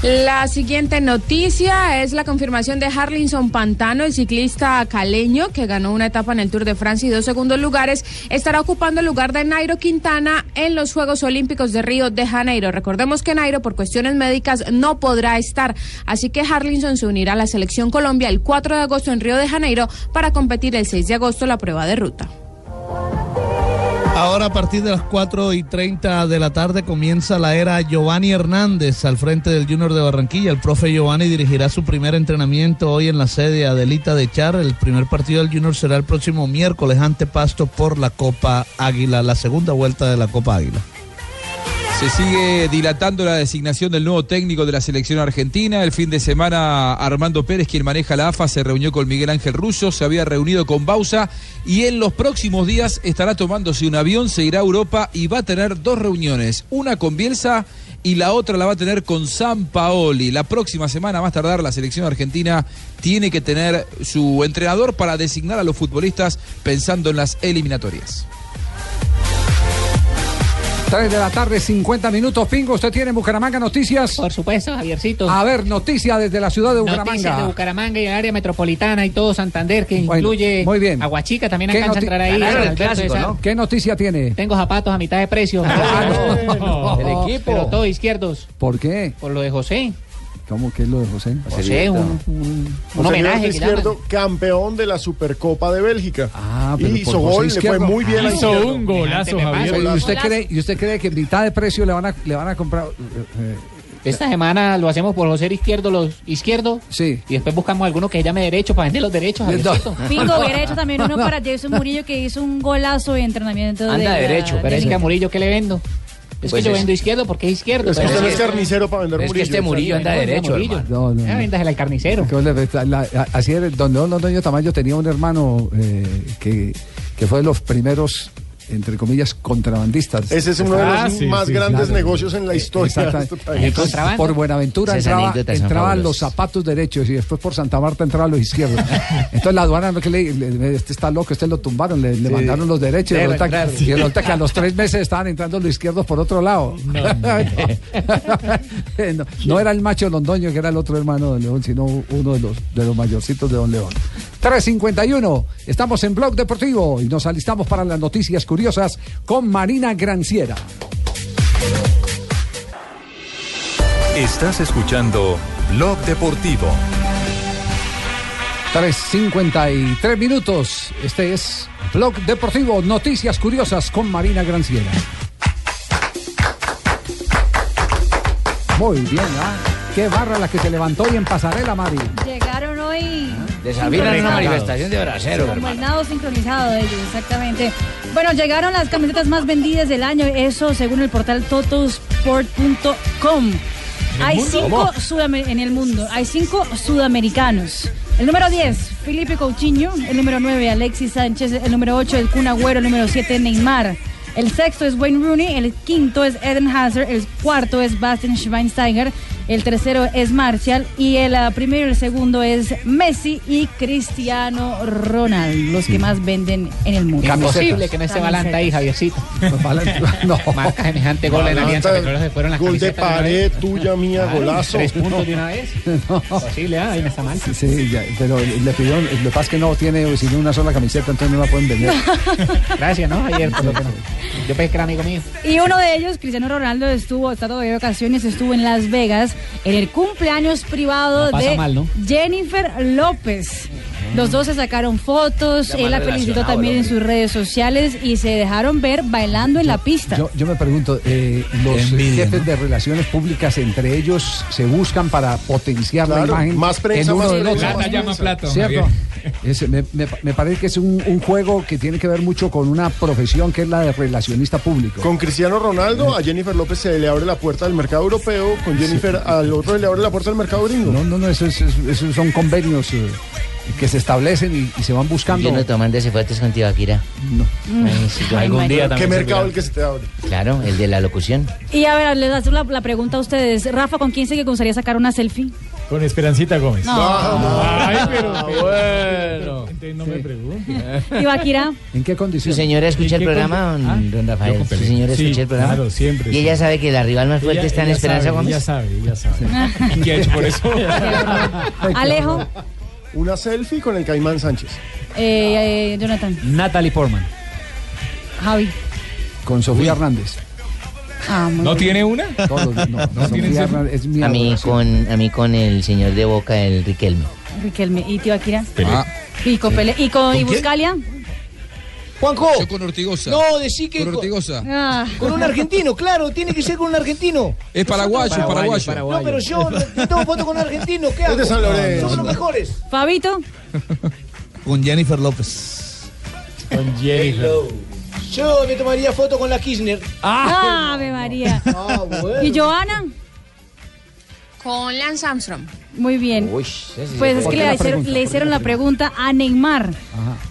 La siguiente noticia es la confirmación de Harlinson Pantano, el ciclista caleño que ganó una etapa en el Tour de Francia y dos segundos lugares, estará ocupando el lugar de Nairo Quintana en los Juegos Olímpicos de Río de Janeiro. Recordemos que Nairo por cuestiones médicas no podrá estar, así que Harlinson se unirá a la selección Colombia el 4 de agosto en Río de Janeiro para competir el 6 de agosto la prueba de ruta. Ahora a partir de las 4 y 30 de la tarde comienza la era Giovanni Hernández al frente del Junior de Barranquilla. El profe Giovanni dirigirá su primer entrenamiento hoy en la sede Adelita de Char. El primer partido del Junior será el próximo miércoles ante Pasto por la Copa Águila, la segunda vuelta de la Copa Águila. Se sigue dilatando la designación del nuevo técnico de la selección argentina. El fin de semana Armando Pérez, quien maneja la AFA, se reunió con Miguel Ángel Russo, se había reunido con Bausa y en los próximos días estará tomándose un avión, se irá a Europa y va a tener dos reuniones, una con Bielsa y la otra la va a tener con San Paoli. La próxima semana, más tardar, la selección argentina tiene que tener su entrenador para designar a los futbolistas pensando en las eliminatorias. 3 de la tarde, 50 minutos. Pingo, usted tiene en Bucaramanga noticias. Por supuesto, Javiercito. A ver, noticias desde la ciudad de Noticias de Bucaramanga. Bucaramanga y el área metropolitana y todo Santander, que Bueno, incluye muy bien. Aguachica, también ¿Qué alcanza a noti- entrar ahí. Ganaron el Alberto, clásico, esa- ¿no? Ah, ¿Qué noticia tiene? Tengo zapatos a mitad de precio. Oh. El equipo. Oh, Pero todos izquierdos. ¿Por qué? Por lo de José. ¿Cómo que es lo de José? José, un, un- un homenaje. que llaman. izquierdo, campeón de la Supercopa de Bélgica. Ah, pero y hizo por José gol, le fue Izquierdo. Ah, muy bien. a Hizo Izquierdo. un golazo, Javier. ¿Y usted, cree, ¿Y usted cree que mitad de precio le van a, le van a comprar? eh, Esta semana lo hacemos por José Izquierdo, los izquierdos. Sí. Y después buscamos alguno que llame derecho para vender los derechos. Javiercito. Pingo hubiera hecho también uno para Jason Murillo que hizo un golazo de entrenamiento de la- Pero es que a Murillo, ¿qué le vendo? Es Pues que yo es- vendo izquierdo porque es izquierdo. Es que Pero usted no es es que- carnicero para vender es que Murillo. este Murillo anda derecho, hermano. No, no, Ah, no. véndasela al carnicero. Que vos le- la- la- así es, don León Londoño Tamayo tenía un hermano eh, que, que fue de los primeros, entre comillas, contrabandistas. Ah, Ese es uno de los más grandes negocios en la historia de este Eh, Exactamente. país. Por Buenaventura Esas entraba, anécdotas son entraban fabulosas. los zapatos derechos y después por Santa Marta entraban los izquierdos. Entonces la aduana, ¿no? que le, le- este está loco, este lo tumbaron, le, le mandaron los derechos. y Claro, resulta que- claro. Y resulta que a los tres meses estaban entrando los izquierdos por otro lado. no, no era el macho Londoño, que era el otro hermano de Don León, sino uno de los, de los mayorcitos de Don León. 351, estamos en Blog Deportivo y nos alistamos para las noticias curiosas con Marina Granciera. Estás escuchando Blog Deportivo. 353 minutos, este es Blog Deportivo, noticias curiosas con Marina Granciera. Muy bien, ¿ah? Qué barra la que se levantó hoy en Pasarela, Mari. Llegaron hoy Desabilan una Recargados. manifestación de braceros, como el hermano. nado sincronizado de ellos, exactamente. Bueno, llegaron las camisetas más vendidas del año, eso según el portal totosport.com. el Hay mundo? cinco ¿Cómo? sudamer- en el mundo, hay cinco sudamericanos. El número 10, Felipe Coutinho. El número 9, Alexis Sánchez. El número 8, el Kun Agüero. El número 7, Neymar. El sexto es Wayne Rooney. El quinto es Eden Hazard. El cuarto es Bastian Schweinsteiger. El tercero es Martial. Y el ah, primero y el segundo es Messi y Cristiano Ronaldo, los que más venden en el mundo. Imposible que no esté Balanta ahí, Javiercito. No. Marca semejante gol en la Alianza Balanta, Petrolera. Se fueron las Gol de camisetas una pared, vez. tuya, mía, Claro, golazo. Tres puntos de una vez. No. Imposible, ah, ahí no está mal. Sí, sí, ya, pero le pidió, lo que pasa es que no tiene sino una sola camiseta, entonces no la pueden vender. Gracias, ¿no? Ayer, por lo que no. Yo pensé que era amigo mío. Y uno de ellos, Cristiano Ronaldo, estuvo, está todavía de vacaciones, estuvo en Las Vegas en el cumpleaños privado No pasa de mal, ¿no? Jennifer López. Los dos se sacaron fotos, Está él mal la felicitó relacionado también el en sus redes sociales y se dejaron ver bailando en la pista. Yo, yo me pregunto, eh, los Envidia, jefes de relaciones públicas entre ellos se buscan para potenciar la Claro, imagen más prensa, en uno más del prensa, otro. más Plata llama plata, ¿Cierto? Es- me, me- me parece que es un, un juego que tiene que ver mucho con una profesión que es la de relacionista público. Con Cristiano Ronaldo, a Jennifer López se le abre la puerta del mercado europeo, con Jennifer al otro le abre la puerta del mercado gringo. No, no, no, eso, es- eso- eso son convenios eh, que se establecen y, y se van buscando. Yo no toman de ese fuertes con Tibaquira. No. Mm. Ay, si yo algún día también ¿Qué servirá. mercado el que se te abre? Claro, el de la locución. Y a ver, les hago la, la pregunta a ustedes. Rafa, ¿con quién se que gustaría sacar una selfie? Con Esperancita Gómez. No. Ay, pero, Ah, bueno. Entonces no me pregunte. Tibaquira. ¿En qué ¿Su condición? señora escucha el programa, don, don Rafael? ¿Su señora Sí, escucha el programa? claro, siempre, ¿Y ella sabe que la rival más fuerte Ella- está en ella Esperanza sabe, Gómez? Ella sabe, ella sabe. ¿Y qué ha hecho por eso? Alejo, Una selfie con el Caimán Sánchez. eh, eh, Jonathan, Natalie Portman. Javi. Con Sofía Hernández. Ah, muy bien. una? no, tienen Sofía ser- es mi a, mí con, a mí con el señor de Boca, el Riquelme. Riquelme y Tibaquira. Ah, Y con Pele. ¿Y con, ¿Con y quién? Buscalia? Juanjo. Yo con Ortigosa. No, decí que. Con Ortigosa. Con un argentino, claro, tiene que ser con un argentino. Es paraguayo, Nosotros- paraguayo. No, pero yo no- tengo foto con un argentino, Este ¿qué hago? Es de San Lorenzo. Somos los mejores. Fabito. Con Jennifer López. Con Jennifer. Yo me tomaría foto con la Kirchner. Ah, Ave María. bueno. ¿Y Joana? Con Lance Armstrong. Muy bien. Pues es ¿Por que qué le la hicieron, pregunta? le hicieron la pregunta a Neymar,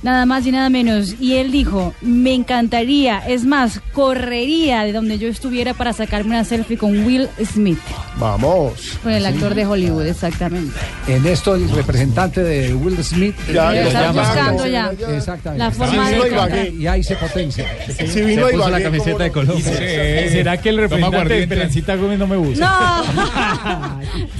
nada más y nada menos. Y él dijo, me encantaría, es más, correría de donde yo estuviera para sacarme una selfie con Will Smith, Vamos. con el actor de Hollywood, exactamente. En esto el representante de Will Smith Ya, lo están llama. buscando ya. Exactamente. La forma de encontrar. y ahí se potencia. Sí, Se vino puso Ibagué, la camiseta ¿cómo no? de Colombia. Y se- Sí. ¿Será que el Toma representante de aguardiente. Esperancita Gómez no me gusta?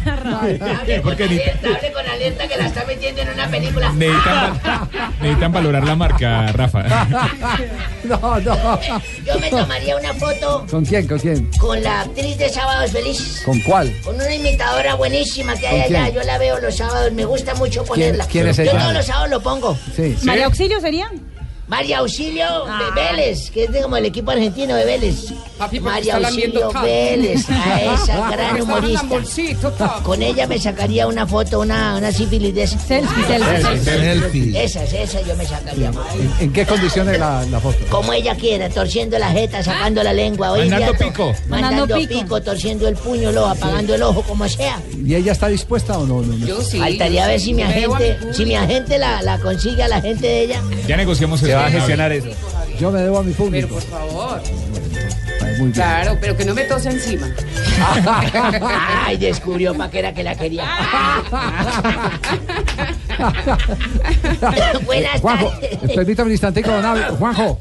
Porque ni- Hable con la lenta que la está metiendo en una película. Necesitan, val- necesitan valorar la marca, Rafa. No, no. Yo me tomaría una foto ¿Con quién? ¿Con quién? con la actriz de Sábados Felices. ¿Con cuál? Con una imitadora buenísima que hay ¿Con allá. quién? Yo la veo los sábados, me gusta mucho ponerla. quién es Yo ella? todos los sábados lo pongo. Sí. ¿María Auxilio sería? María Auxilio de Vélez, que es de como el equipo argentino de Vélez. María Auxilio Vélez, a esa gran humorista. Con ella me sacaría una foto, una, una sífilis de esa. Selfie, selfie, Selfie, selfie. selfie. Esas, esas yo me sacaría. ¿En, en qué condiciones la, la foto? Como ella quiera, torciendo la jeta, sacando la lengua. hoy en Mandando día to- pico. Mandando, Mandando pico. torciendo el puño, lo, apagando el ojo, como sea. ¿Y ella está dispuesta o no? no, no? Faltaría a ver si mi Veo a mi agente, si mi agente la, la consigue a la gente de ella. Ya negociamos Se eso. va a gestionar eso. Yo me debo a mi público. Por favor. Muy bien. Claro, pero que no me tose encima. Ay, descubrió pa' que era que la quería. Buenas Juanjo, tardes. eh, permítame un instantico, don Abel. Juanjo.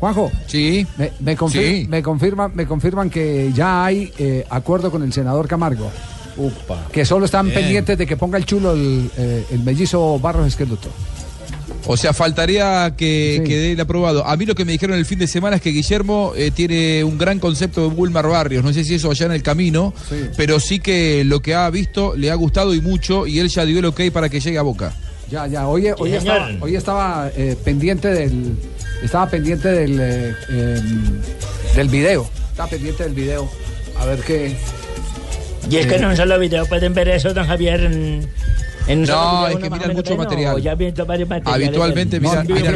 Juanjo. Sí. Me, me confir- Sí. me confirman, me confirman que ya hay eh, acuerdo con el senador Camargo. Que solo están Bien. pendientes de que ponga el chulo el, eh, el mellizo Barros Esqueluto. O sea, faltaría que quede el aprobado. A mí lo que me dijeron el fin de semana es que Guillermo eh, tiene un gran concepto de Wilmar Barrios. No sé si eso allá en el camino, pero sí que lo que ha visto le ha gustado y mucho y él ya dio el ok para que llegue a Boca. Ya, ya. Hoy, hoy Sí, estaba, señor. hoy estaba, eh, pendiente del. Estaba pendiente del. eh, em, del video. Estaba pendiente del video. A ver qué. Y es que no en un solo video pueden ver eso, don Javier. En, en un solo No, video, es que uno más o miran menos mucho bueno, material. o Ya viendo varios materiales. del- No, aquí- aquí- aquí-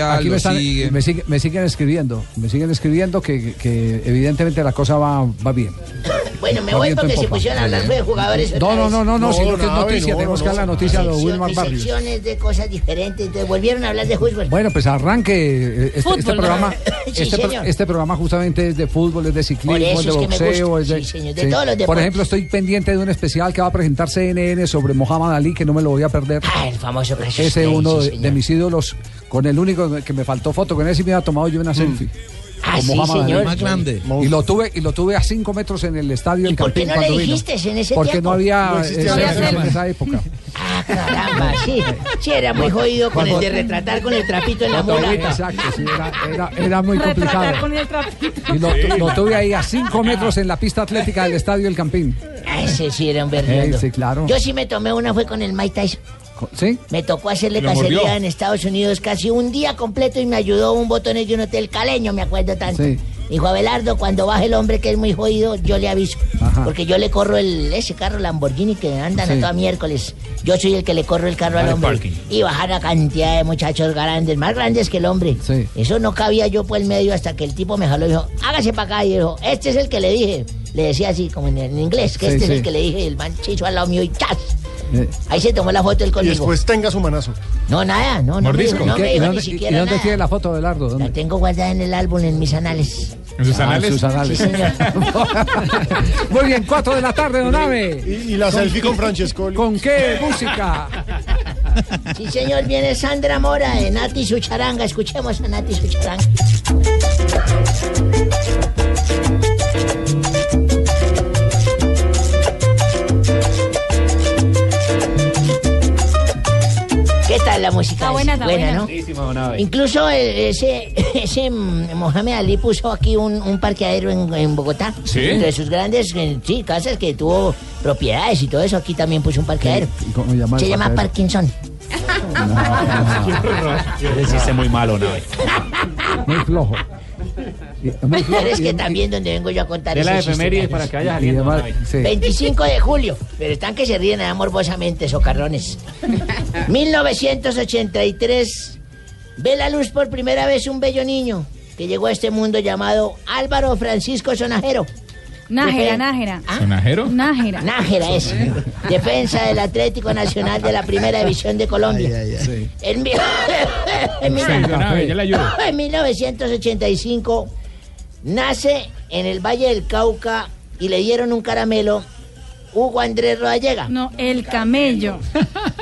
aquí me, lo están- siguen. me sigue- me siguen escribiendo, me siguen escribiendo que, que evidentemente la cosa va, va bien. Bueno, me Va voy viento en porque se popa. pusieron a hablar de jugadores. No, otra no, vez. no, no, no, sino que es noticia, tenemos que hablar noticia de Sección- Wilmar Barrios. Secciones de cosas diferentes. Te volvieron a hablar de fútbol. Bueno, pues arranque eh, este, Fútbol, este ¿no? programa. Sí, este, pro- señor. este programa justamente es de fútbol, es de ciclismo, Por eso es de es que me boxeo, gusta. es de, Sí, señor, de todos los Por deportes. ejemplo, estoy pendiente de un especial que va a presentar CNN sobre Mohamed Ali, que no me lo voy a perder. Ah, el famoso caso. Ese es Clay, uno sí, de, señor. de mis ídolos, con el único que me faltó foto, con ese me había tomado yo una selfie. Ah, Con sí, Muhammad Ali. señor. Mm. Más grande. Y lo tuve, y lo tuve a 5 metros en el estadio del ¿Por qué Campín no le cuando vino. dijiste en ese Porque tiempo? no había eh, existía selfies selfie. en esa época. Caramba, sí. Sí, era muy jodido con el de retratar con el trapito en la mula. Exacto, sí, era, era, era muy complicado. con el trapito. Y lo, lo tuve ahí a 5 metros en la pista atlética del estadio del Campín. Ah, Ese sí era un Eh, berriondo. sí, claro. Yo sí me tomé una, fue con el Mike Tyson. ¿Sí? Me tocó hacerle Lo cacería mordió. en Estados Unidos casi un día completo y me ayudó un botonero de un hotel caleño, me acuerdo tanto. Sí. Dijo Abelardo, cuando baje el hombre que es muy jodido, yo le aviso. Porque yo le corro el, ese carro Lamborghini que andan Sí. a toda miércoles. Yo soy el que le corro el carro al Vale, hombre. parking. Y bajar la cantidad de muchachos grandes, más grandes que el hombre. Eso no cabía yo por el medio hasta que el tipo me jaló y dijo, hágase para acá. Y dijo, este es el que le dije. Le decía así, como en, en inglés, que Sí, este sí. es el que le dije. El manchizo al lado mío y ¡chas! Eh, Ahí se tomó la foto él Y conmigo. después tenga su manazo. No, nada, no, no. me dijo- ¿Y No qué- me y dijo dónde- ni siquiera ¿Y dónde nada. tiene la foto de Lardo? ¿Dónde? La tengo guardada en el álbum, en mis anales. ¿En sus anales? sus anales. Sí, señor. Muy bien, 4 de la tarde, don Ave. Y, y la selfie con Francescoli. ¿Con qué música? Sí, señor, viene Sandra Mora de Nati Sucharanga. Escuchemos a Nati Sucharanga. ¿Qué tal la música? Está buena, está buena. ¿no? Incluso eh, ese, ese mm, Mohamed Ali puso aquí un, un parqueadero en, en Bogotá. ¿Sí? Entre sus grandes eh, sí, casas que tuvo propiedades y todo eso, aquí también puso un parqueadero. ¿Cómo llama Se el llama parqueadero? Parkinson. Ah, Ese sí está muy malo, ¿no? Muy flojo. Muy flojo. Pero es que también donde vengo yo a contar De la esos efeméride historias. para que vaya saliendo, Y además, David. sí. 25 de julio, pero están que se ríen ahí morbosamente, socarrones. 1983, ve la luz por primera vez un bello niño que llegó a este mundo llamado Álvaro Francisco Sonajero. Nájera, Defe- nájera. ¿Sonajero? Nájera. Nájera es. Defensa del Atlético Nacional de la Primera División de Colombia. En, mi- en mi- Venga, una vez, yo le ayudo. en 1985 nace en el Valle del Cauca y le dieron un caramelo Hugo Andrés Rodallega. No, el camello.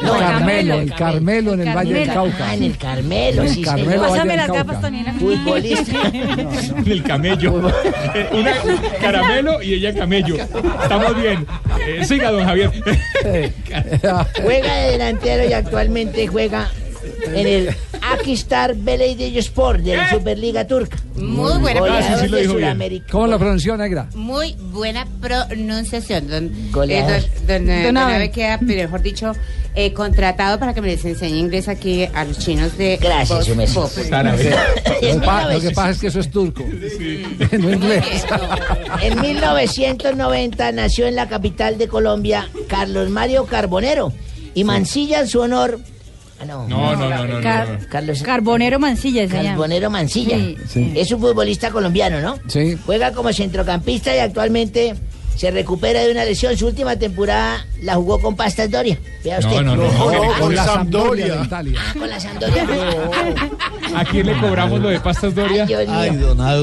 No, Carmelo, el Carmelo en el Valle del Carmelo. Cauca. Ah, en el Carmelo, El sí, Carmelo, señor. Valle del Cauca. Tonina. Futbolista. El camello. Eh, Una caramelo y ella camello. Estamos bien. Eh, siga, don Javier. Juega de delantero y actualmente juega en el Akistar Belediye Sport de la Superliga Turca. Muy buena Goleador Ah, sí, sí lo de dijo bien. Sudamérica. ¿Cómo la pronunció, negra? Muy buena pronunciación, don, Goleador. eh, don, don, eh, Don don Abe. Abe queda, mejor dicho, eh, contratado para que me les enseñe inglés aquí a los chinos de Gracias, Pues, Lo que pa- Lo que pasa es que eso es turco. No inglés. En 1990 nació en la capital de Colombia Carlos Mario Carbonero y mancilla en su honor. Ah, no. No, no, no, no. no, no. Carlos Carbonero Mancilla se llama. Carbonero Mancilla. Sí. Sí. Es un futbolista colombiano, ¿no? Sí. Juega como centrocampista y actualmente se recupera de una lesión. Su última temporada la jugó con Pastas Doria. Vea No, usted. no, no. Ah, Con con la la Sampdoria Sampdoria. de Ah, con la Sampdoria. ¿A quién le cobramos lo de pastas Doria? Dios mío. y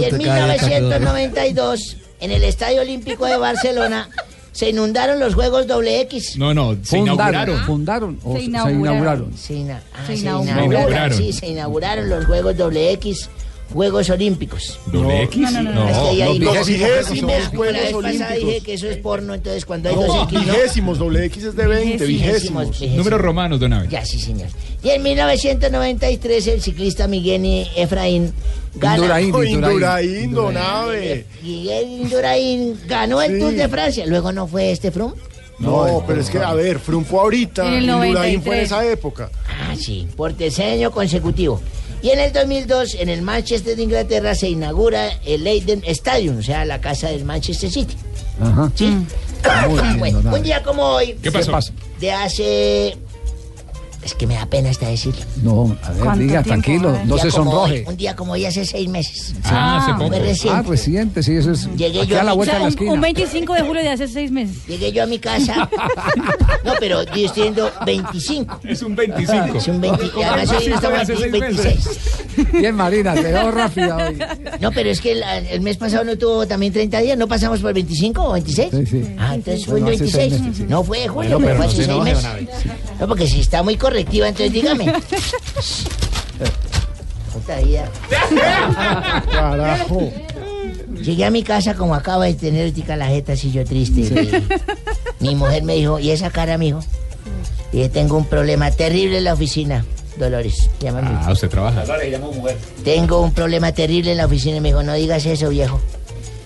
en 1992, en el Estadio Olímpico de Barcelona, se inundaron los Juegos XX. No, no, se Fundaron, inauguraron. fundaron. o Se Se inauguraron. inauguraron. Se, ina- ah, Se se inauguraron. inauguraron. Inauguraron. Sí, se inauguraron los Juegos XX, Juegos Olímpicos. ¿Doble X? No, no, no, es que ahí hay los dos- vigésimos la vez Juegos pasada Olímpicos. dije que eso es porno, entonces cuando hay No, dos X, ¿no? vigésimos, doble X es de 20, vigésimos. Números romanos, don Abe. Ya, sí, señor. Y en 1993 el ciclista Miguel I- Efraín gana. Indurain, Oh, Indurain. Indurain, don Abe. Miguel Indurain ganó el Sí. Tour de Francia. Luego no fue este Frum. No, pero es que, a ver, Frum fue ahorita, En el Indurain fue en 93. esa época. Ah, sí, por tercer año consecutivo. Y en el 2002, en el Manchester de Inglaterra, se inaugura el Leiden Stadium, o sea, la casa del Manchester City. Ajá. Muy bien, Bueno, don Abe. un día como hoy, ¿Qué pasó? de Eh, hace... Es que me da pena hasta decirlo. No, a ver, ¿Cuánto diga, tiempo? tranquilo, Un no día se como sonroje. hoy, un día como hoy, hace seis meses. Ah, Fue Ah, reciente. reciente, sí, eso es. Llegué aquí yo a la aquí. vuelta de la Un- esquina. Un 25 de julio de hace seis meses. Llegué yo a mi casa. No, pero yo estoy siendo 25. Es un 25. Es un 25. Además, hoy estamos Hace aquí seis 26. Bien, Marina, te veo rápida hoy. No, pero es que el, el mes pasado no tuvo también 30 días. ¿No pasamos por 25 o 26? Sí, sí. Ah, entonces fue el Bueno, hace seis 26. meses, sí. No fue de julio, Bueno, pero pero fue no hace se seis enoje, meses. don Abel. No, porque si está muy correctiva, entonces dígame. Puta vida. Carajo. Llegué a mi casa como acaba de tener tica la jeta, así yo triste. Mi mujer me dijo, ¿y esa cara, mijo? Dije, tengo un problema terrible en la oficina. Dolores, llámame. Ah, usted trabaja. Tengo un problema terrible en la oficina. Y me dijo, no digas eso, viejo.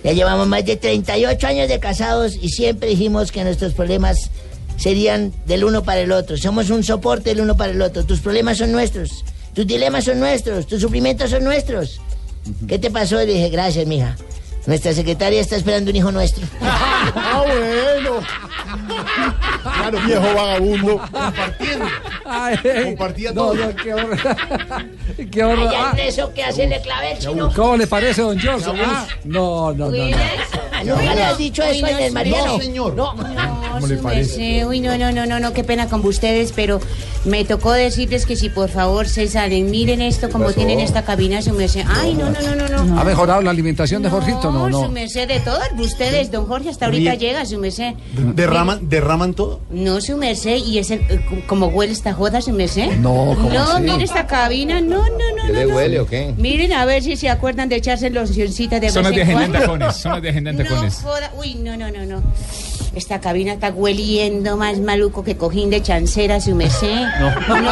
Ya llevamos más de 38 años de casados y siempre dijimos que nuestros problemas serían del uno para el otro. Somos un soporte del uno para el otro. Tus problemas son nuestros. Tus dilemas son nuestros. Tus sufrimientos son nuestros. ¿Qué te pasó? Y le dije, gracias, mija. Nuestra secretaria está esperando un hijo nuestro. Ah, bueno. Claro, viejo vagabundo. Compartiendo. Compartía todo. eh. qué horror. Qué horror. Allá Ah, en eso que hace le clave el chino. ¿Cómo le parece, don George? Ah, no, no, no. no. Nunca Ah, le has dicho eso en el Mariano. señor. ¿Cómo le parece? Uy, no, no, no, no, no, qué pena con ustedes, pero me tocó decirles que si por favor se salen, miren esto como pasó? Ah, tienen esta cabina, su merced. Ay, no, no, no, no, no. ¿Ha mejorado la alimentación de Jorgito? No, Su no. merced de todos ustedes, don Jorge, hasta ahorita Ríe. llega, su merced. ¿Derraman, ¿Derraman todo? No, su merced, y es el, eh, como huele esta joda, su merced. No, ¿cómo No, así? mire esta cabina, no, no, no. ¿Qué le huele o qué? Miren a ver si se acuerdan de echarse locioncita de Son las vez de en agenda en cuando. tacones. Son las de agenda en tacones. No joda. Uy, no, no, no, no. Esta cabina está hueliendo más maluco que cojín de chancera, su merced. No. No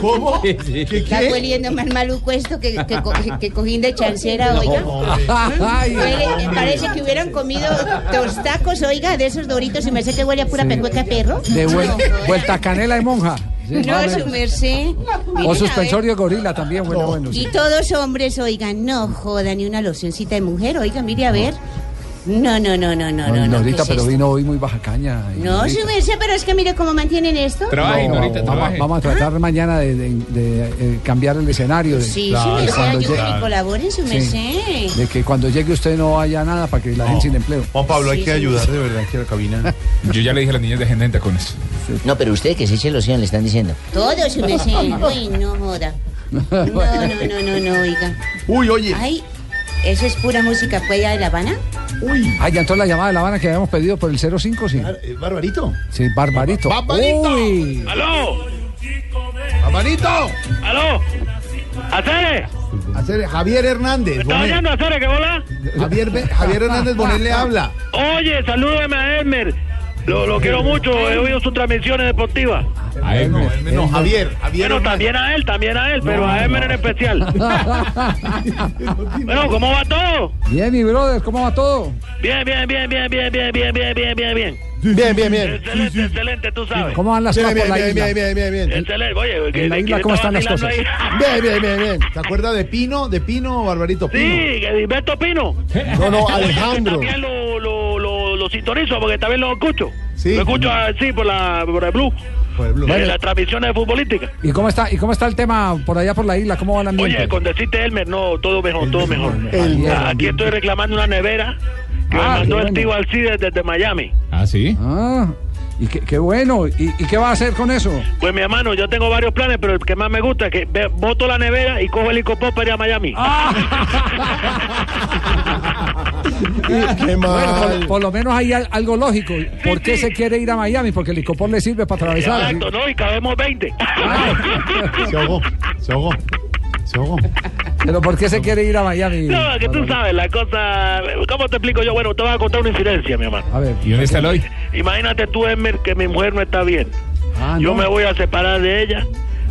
¿Cómo? ¿Qué, Está hueliendo más maluco esto que, que co- que cojín de chancera, oiga. Ay, Huele- hombre. parece que hubieran comido tostacos, oiga, de esos doritos, su merced que huele a pura Sí. pecueca de perro. De vuel- No, joda. vuelta a canela de monja. Sí, no, vale. su merced. Miren, O a suspensorio de gorila también, bueno, bueno. ver, sí. Y todos hombres, oigan, no joda ni una locioncita de mujer, oigan, mire a ver. No, no, no, no, no, No, no. no, ¿qué Norita, es pero esto? vino hoy muy baja caña. eh, No, Norita. su merced, pero es que mire cómo mantienen esto. No, vamos, vamos a tratar mañana de, de- de, eh, cambiar el escenario. De, Sí, de su merced, cuando ayúdenme, llegue- colaboren, su merced. de que cuando llegue usted no haya nada para que la gente sin empleo. Juan Pablo, hay que ayudar de verdad que la cabina. Yo ya le dije a las niñas de agenda con eso. No, pero usted que se eche loción, le están diciendo. Todos su merced. Uy, no joda. No, no, no, no, no, oiga. Uy, oye. Ay, ¿eso es pura música cuella de La Habana? Uy. Ah, ya entró la llamada de La Habana que habíamos pedido por el 05, sí. eh, Barbarito. Sí, Barbarito. Barbarito. Uy. ¡Aló! ¡Barbarito! ¡Aló! ¡Acere! Hacer- Javier Hernández. ¿Está Bonet. oyendo, Acere, que bola? Javier, Be- Javier Hernández Bonet le habla. Oye, salúdame a Elmer. Lo, lo quiero mucho, he oído sus transmisiones deportivas. A él no. No, Javier. bueno, también a él, también a él, pero a Elmer en especial. bueno, ¿cómo va todo? Bien, mi brother, ¿cómo va todo? Bien, bien, bien, bien, bien, bien, bien, bien, bien, bien, bien. Bien, bien, bien. Excelente, excelente, tú sabes. ¿Cómo van las Bien, cosas por bien, la bien, isla? bien, bien, bien, bien. Excelente, oye, ¿qué- En la qué- isla, qué ¿cómo está están las vacilando cosas? ahí? Bien, bien, bien, bien. ¿Te acuerdas de Pino? De Pino, Barbarito Pino. Sí, Edilberto Pino. No, no, Oye, que Alejandro. También lo, lo, lo, lo sintonizo porque también lo escucho. Lo escucho así por la por el Blue. Por el Blue. Bueno. las transmisiones futbolísticas. ¿Y cómo está y cómo está el tema por allá por la isla? ¿Cómo va el ambiente? Oye, con decirte Elmer, no, todo mejor, todo mejor. El- Ah, Aquí estoy reclamando una nevera que me mandó el tío Alcides desde Miami. Ah, sí. Ah, y qué, qué bueno. ¿Y, y qué va a hacer con eso? Pues mi hermano, yo tengo varios planes, pero el que más me gusta es que ve- boto la nevera y cojo el helicóptero para ir a Miami. Bueno, por, por lo menos hay al- algo lógico. ¿Por qué se quiere ir a Miami? Porque el licopor le sirve para atravesar. ¿sí? Exacto, ¿no? Y cabemos 20. Se ahogó, se ahogó, se ahogó. Pero ¿por qué se quiere ir a Miami? No, que tú sabes, la cosa. ¿Cómo te explico yo? Bueno, te voy a contar una incidencia, mi hermano. A ver. ¿Y dónde está el hoy? Imagínate tú, Elmer, que mi mujer no está bien. yo no. me voy a separar de ella.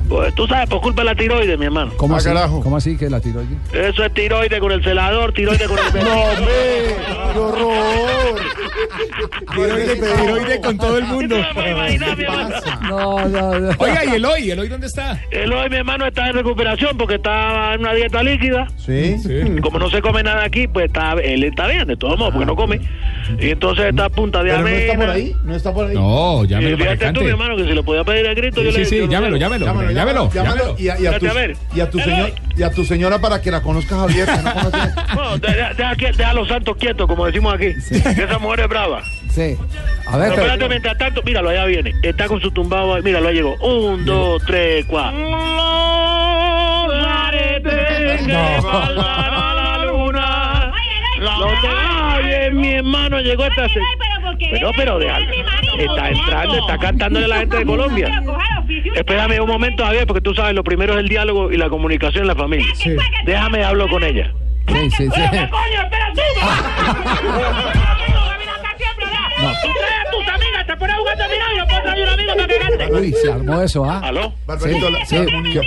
Pues, tú sabes, por culpa de la tiroides, mi hermano. Ah, ¿Cómo así? ¿Cómo así que la tiró allí? Eso es tiroides con el celador, tiroides con el No, hombre! ¡Qué horror! Tiroide, tiroide con todo el mundo. No, no, no. Oiga, ¿y el hoy? ¿El hoy dónde está? El hoy, mi hermano, está en recuperación porque está en una dieta líquida. Sí. Como no se come nada aquí, pues está, él está bien, de todos modos, porque no come. Y entonces está a punta de Pero no está por avena. ahí. No está por ahí. No, Y llámelo para que fíjate tú, cante. mi hermano, que si lo podía pedir a grito, Sí, yo sí, le sí, yo lo llámelo, hago. llámelo, Llámalo, llámelo, Llámalo y a, y a tu, Espérate, a ver. y a tu Pero- señor, y a tu señora para que la conozca Javier. que no conoce- No, deja, deja que- deja a los santos quietos, como decimos aquí. Que Esa mujer es brava. Sí. A Pero ver, pero- espérate, mientras tanto, míralo, allá viene. Está con su tumbado, ahí, míralo, ahí llegó. Un, dos, tres, cuatro. Los de- Ay, mi hermano llegó esta se- Pero, pero, deja. Está entrando, está cantándole a la gente de Colombia. Espérame un momento, Javier, porque tú sabes, lo primero es el diálogo y la comunicación en la familia. Déjame hablo con ella. Sí, sí, sí. tus amigas, te pones a jugar dominó y puedes traer un amigo para cagarte. Uy, se armó eso, ¿ah? ¿Aló? Sí, sí, que-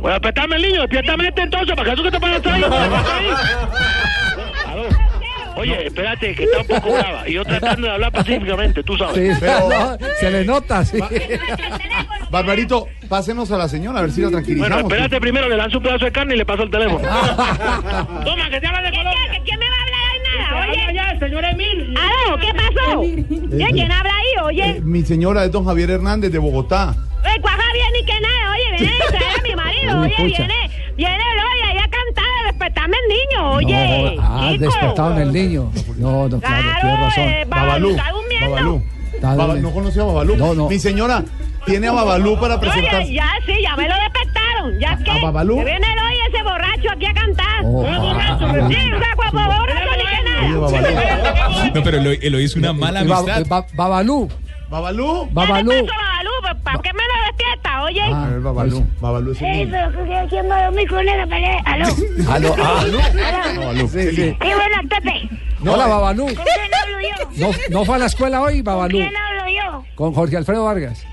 Bueno, apretame el niño, despiértame este entonces, para que tú que te pones ahí. Aló. Oye, espérate, que está un poco brava. Y yo tratando de hablar pacíficamente, tú sabes. sí, no, se le nota, sí. Barbarito, pásenos a la señora a ver si la tranquilizamos. Bueno, espérate primero, le lanzo un pedazo de carne y le paso el teléfono. Toma, que te habla de Colombia. ¿Quién me va a hablar hoy Habla nada? ya, señor Emil. Aló, ¿qué pasó? Oye, ¿Quién habla ahí? Oye, Eh, mi señora es don Javier Hernández de Bogotá. el cuaja viene y que nada. Oye, viene a distraer a mi marido. Uy, Oye, pucha. viene, viene el hoy ahí a cantar, a despertarme el niño. Oye, No, ah, chico. despertado en el niño. No, no, claro, tiene razón. eh, Babalú, está durmiendo. Babalú. Baba- no conoce a Babalú. Mi señora tiene a Babalú para presentar. Oye, ya sí, ya me lo despertaron. ¿Ya qué? Babalú? Oh. Que viene el hoy ese borracho aquí a cantar. borracho, Sí, un saco borracho ni que nada. No, pero el hoy, el hoy es una Eh, mala Ba- amistad. Ba- Babalú. ¿Babalú? Babalú. Babalú, ¿para qué me lo despierta? Oye. Ah, A ver, Babalú. pues, Babalú es un Ey, niño. Pues, eh, pero que- ¿quién va a dormir con esa pelea? ¿Aló? eh, Aló, ah. ¿Aló? Babalú. Sí, sí. Sí, buenas tardes. Hola, Babalú. eh, ¿Con quién hablo yo? No, no fue a la escuela hoy, Babalú. ¿Quién hablo yo? Con Jorge Alfredo Vargas.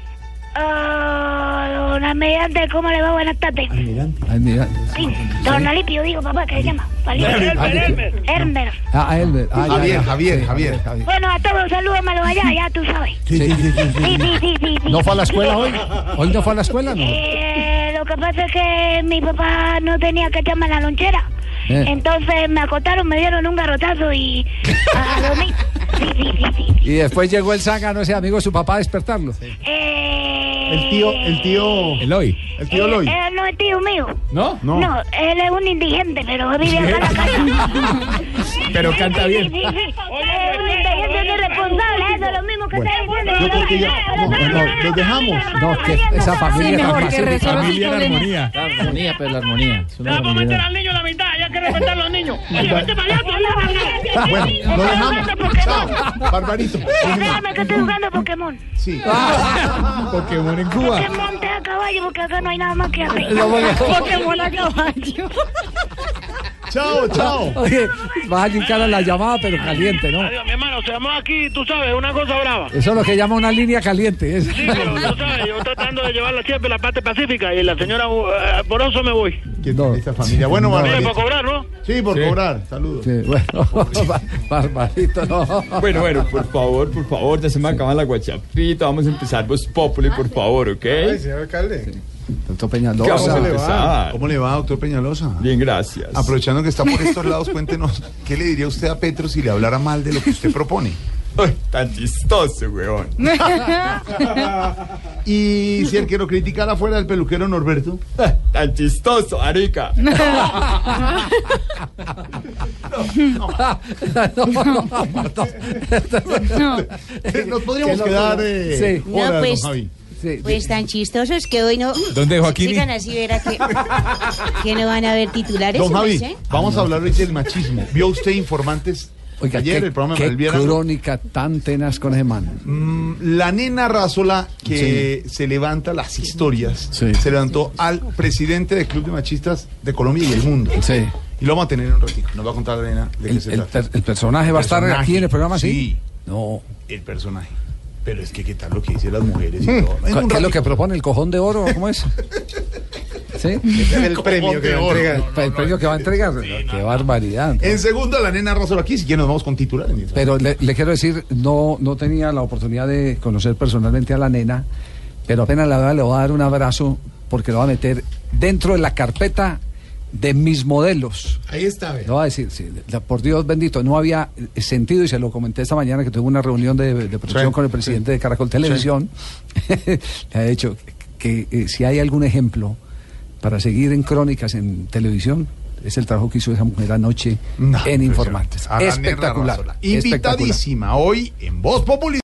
Ah, Don Almirante, ¿cómo le va? Buenas tardes. Almirante. Sí, don Alipio, digo, papá, ¿qué se llama? Valiente. Alipio. Hermer. Ah, a Elber. Ah, ya, Javier, ya. Javier, Sí, Javier, Javier. Bueno, a todos, salúdamelo allá, ya tú sabes. Sí, sí, sí, sí, Sí, sí, sí, sí. sí. ¿No fue a la escuela hoy? ¿Hoy no fue a la escuela? No. Eh, lo que pasa es que mi papá no tenía que echarme la lonchera. Eh. Entonces me acotaron, me dieron un garrotazo y ah, a dormir. Sí, sí, sí, sí. Y después llegó el saga, no sé, amigo de su papá a despertarlo. El tío, el tío. Eloy. El tío Eloy. Eh, no es tío mío. ¿No? No. él es un indigente, pero vive acá en la casa. Pero canta bien. Sí, sí, sí. Es un indigente es irresponsable, eso es lo mismo que está diciendo. Yo creo que ya. No, no, los dejamos. No, que esa familia mejor tan que pacífica. resuelva sus Familia en problemas. armonía. La armonía, pero la armonía. Es una Vamos a meter armonía. al niño la mitad, ya hay que respetar a los niños. Oye, vete para allá, tú. Bueno, lo dejamos. Chao, Barbarito. Déjame que estoy jugando Pokémon. Sí. este Pokémon en Pokémon te da caballo porque acá no hay nada más que hacer. No, porque- Pokémon a caballo. Chao, chao. Oye, vas a hincar a la llamada, pero caliente, ¿no? Adiós, mi hermano, se llamó aquí, tú sabes, una cosa brava. Eso es lo que llama una línea caliente. es- Sí, pero tú sabes, yo tratando de llevarla siempre la parte pacífica y la señora eh, por eso me voy. No. familia. Bueno, Mire, Barbarito. para cobrar, ¿no? Sí, por cobrar. Saludos. Sí, bueno, Bar- Barbarito, no. Bueno, bueno, por favor, por favor, ya se me acaba la guachapita. Vamos a empezar Vos Populi, por favor, ¿ok? Ay, señor alcalde. Doctor ¿Qué Peñalosa. vamos a empezar? ¿Cómo le va, doctor Peñalosa? Bien, gracias. Aprovechando que está por estos lados, cuéntenos, ¿qué le diría usted a Petro si le hablara mal de lo que usted propone? Ay, tan chistoso, weón. Y si él que lo criticara fuera el peluquero Norberto. Ah, Tan chistoso, Arica. Nos podríamos quedar eh, Sí. horas, No, pues, don Javi. Pues tan chistosos que hoy no. ¿Dónde, Si Joaquín? Sigan así, verá que, que no van a haber titulares. Don ¿no Javi, ¿eh? sé? vamos a hablar hoy del machismo. ¿Vio usted informantes Oiga, ayer qué, el programa qué del viernes? Mm, crónica tan tenaz con ese man. La nena Razola que se levanta las historias, se levantó al presidente del Club de Machistas de Colombia y el mundo. Y lo vamos a tener en un ratito. Nos va a contar la nena de qué El, se el trata. per- el personaje va a estar Personaje, aquí en el programa, ¿sí? sí. No. El personaje. Pero es que qué tal lo que dicen las mujeres y todo. mm, En un Hmm. ¿Qué es lo ratito. que propone? ¿El cojón de oro? ¿Cómo es? ¿Sí? El Cojón premio que de va a oro. entregar. El, premio que va a entregar. Qué barbaridad. En segundo, la nena Razola aquí, si quieren nos vamos con titulares. mientras. Pero le, le quiero decir, no, no tenía la oportunidad de conocer personalmente a la nena, pero apenas la vea le voy a dar un abrazo porque lo va a meter dentro de la carpeta de mis modelos. Ahí está, ve. Lo va a decir, sí, la- por Dios bendito, no había eh, sentido, y se lo comenté esta mañana que tuve una reunión de, de producción Sí, con el presidente de Caracol Televisión, le ha dicho que eh, si hay algún ejemplo para seguir en crónicas en televisión, es el trabajo que hizo esa mujer anoche en Informantes. A la nena Espectacular. Razola. espectacular. Invitadísima hoy en Voz Populi.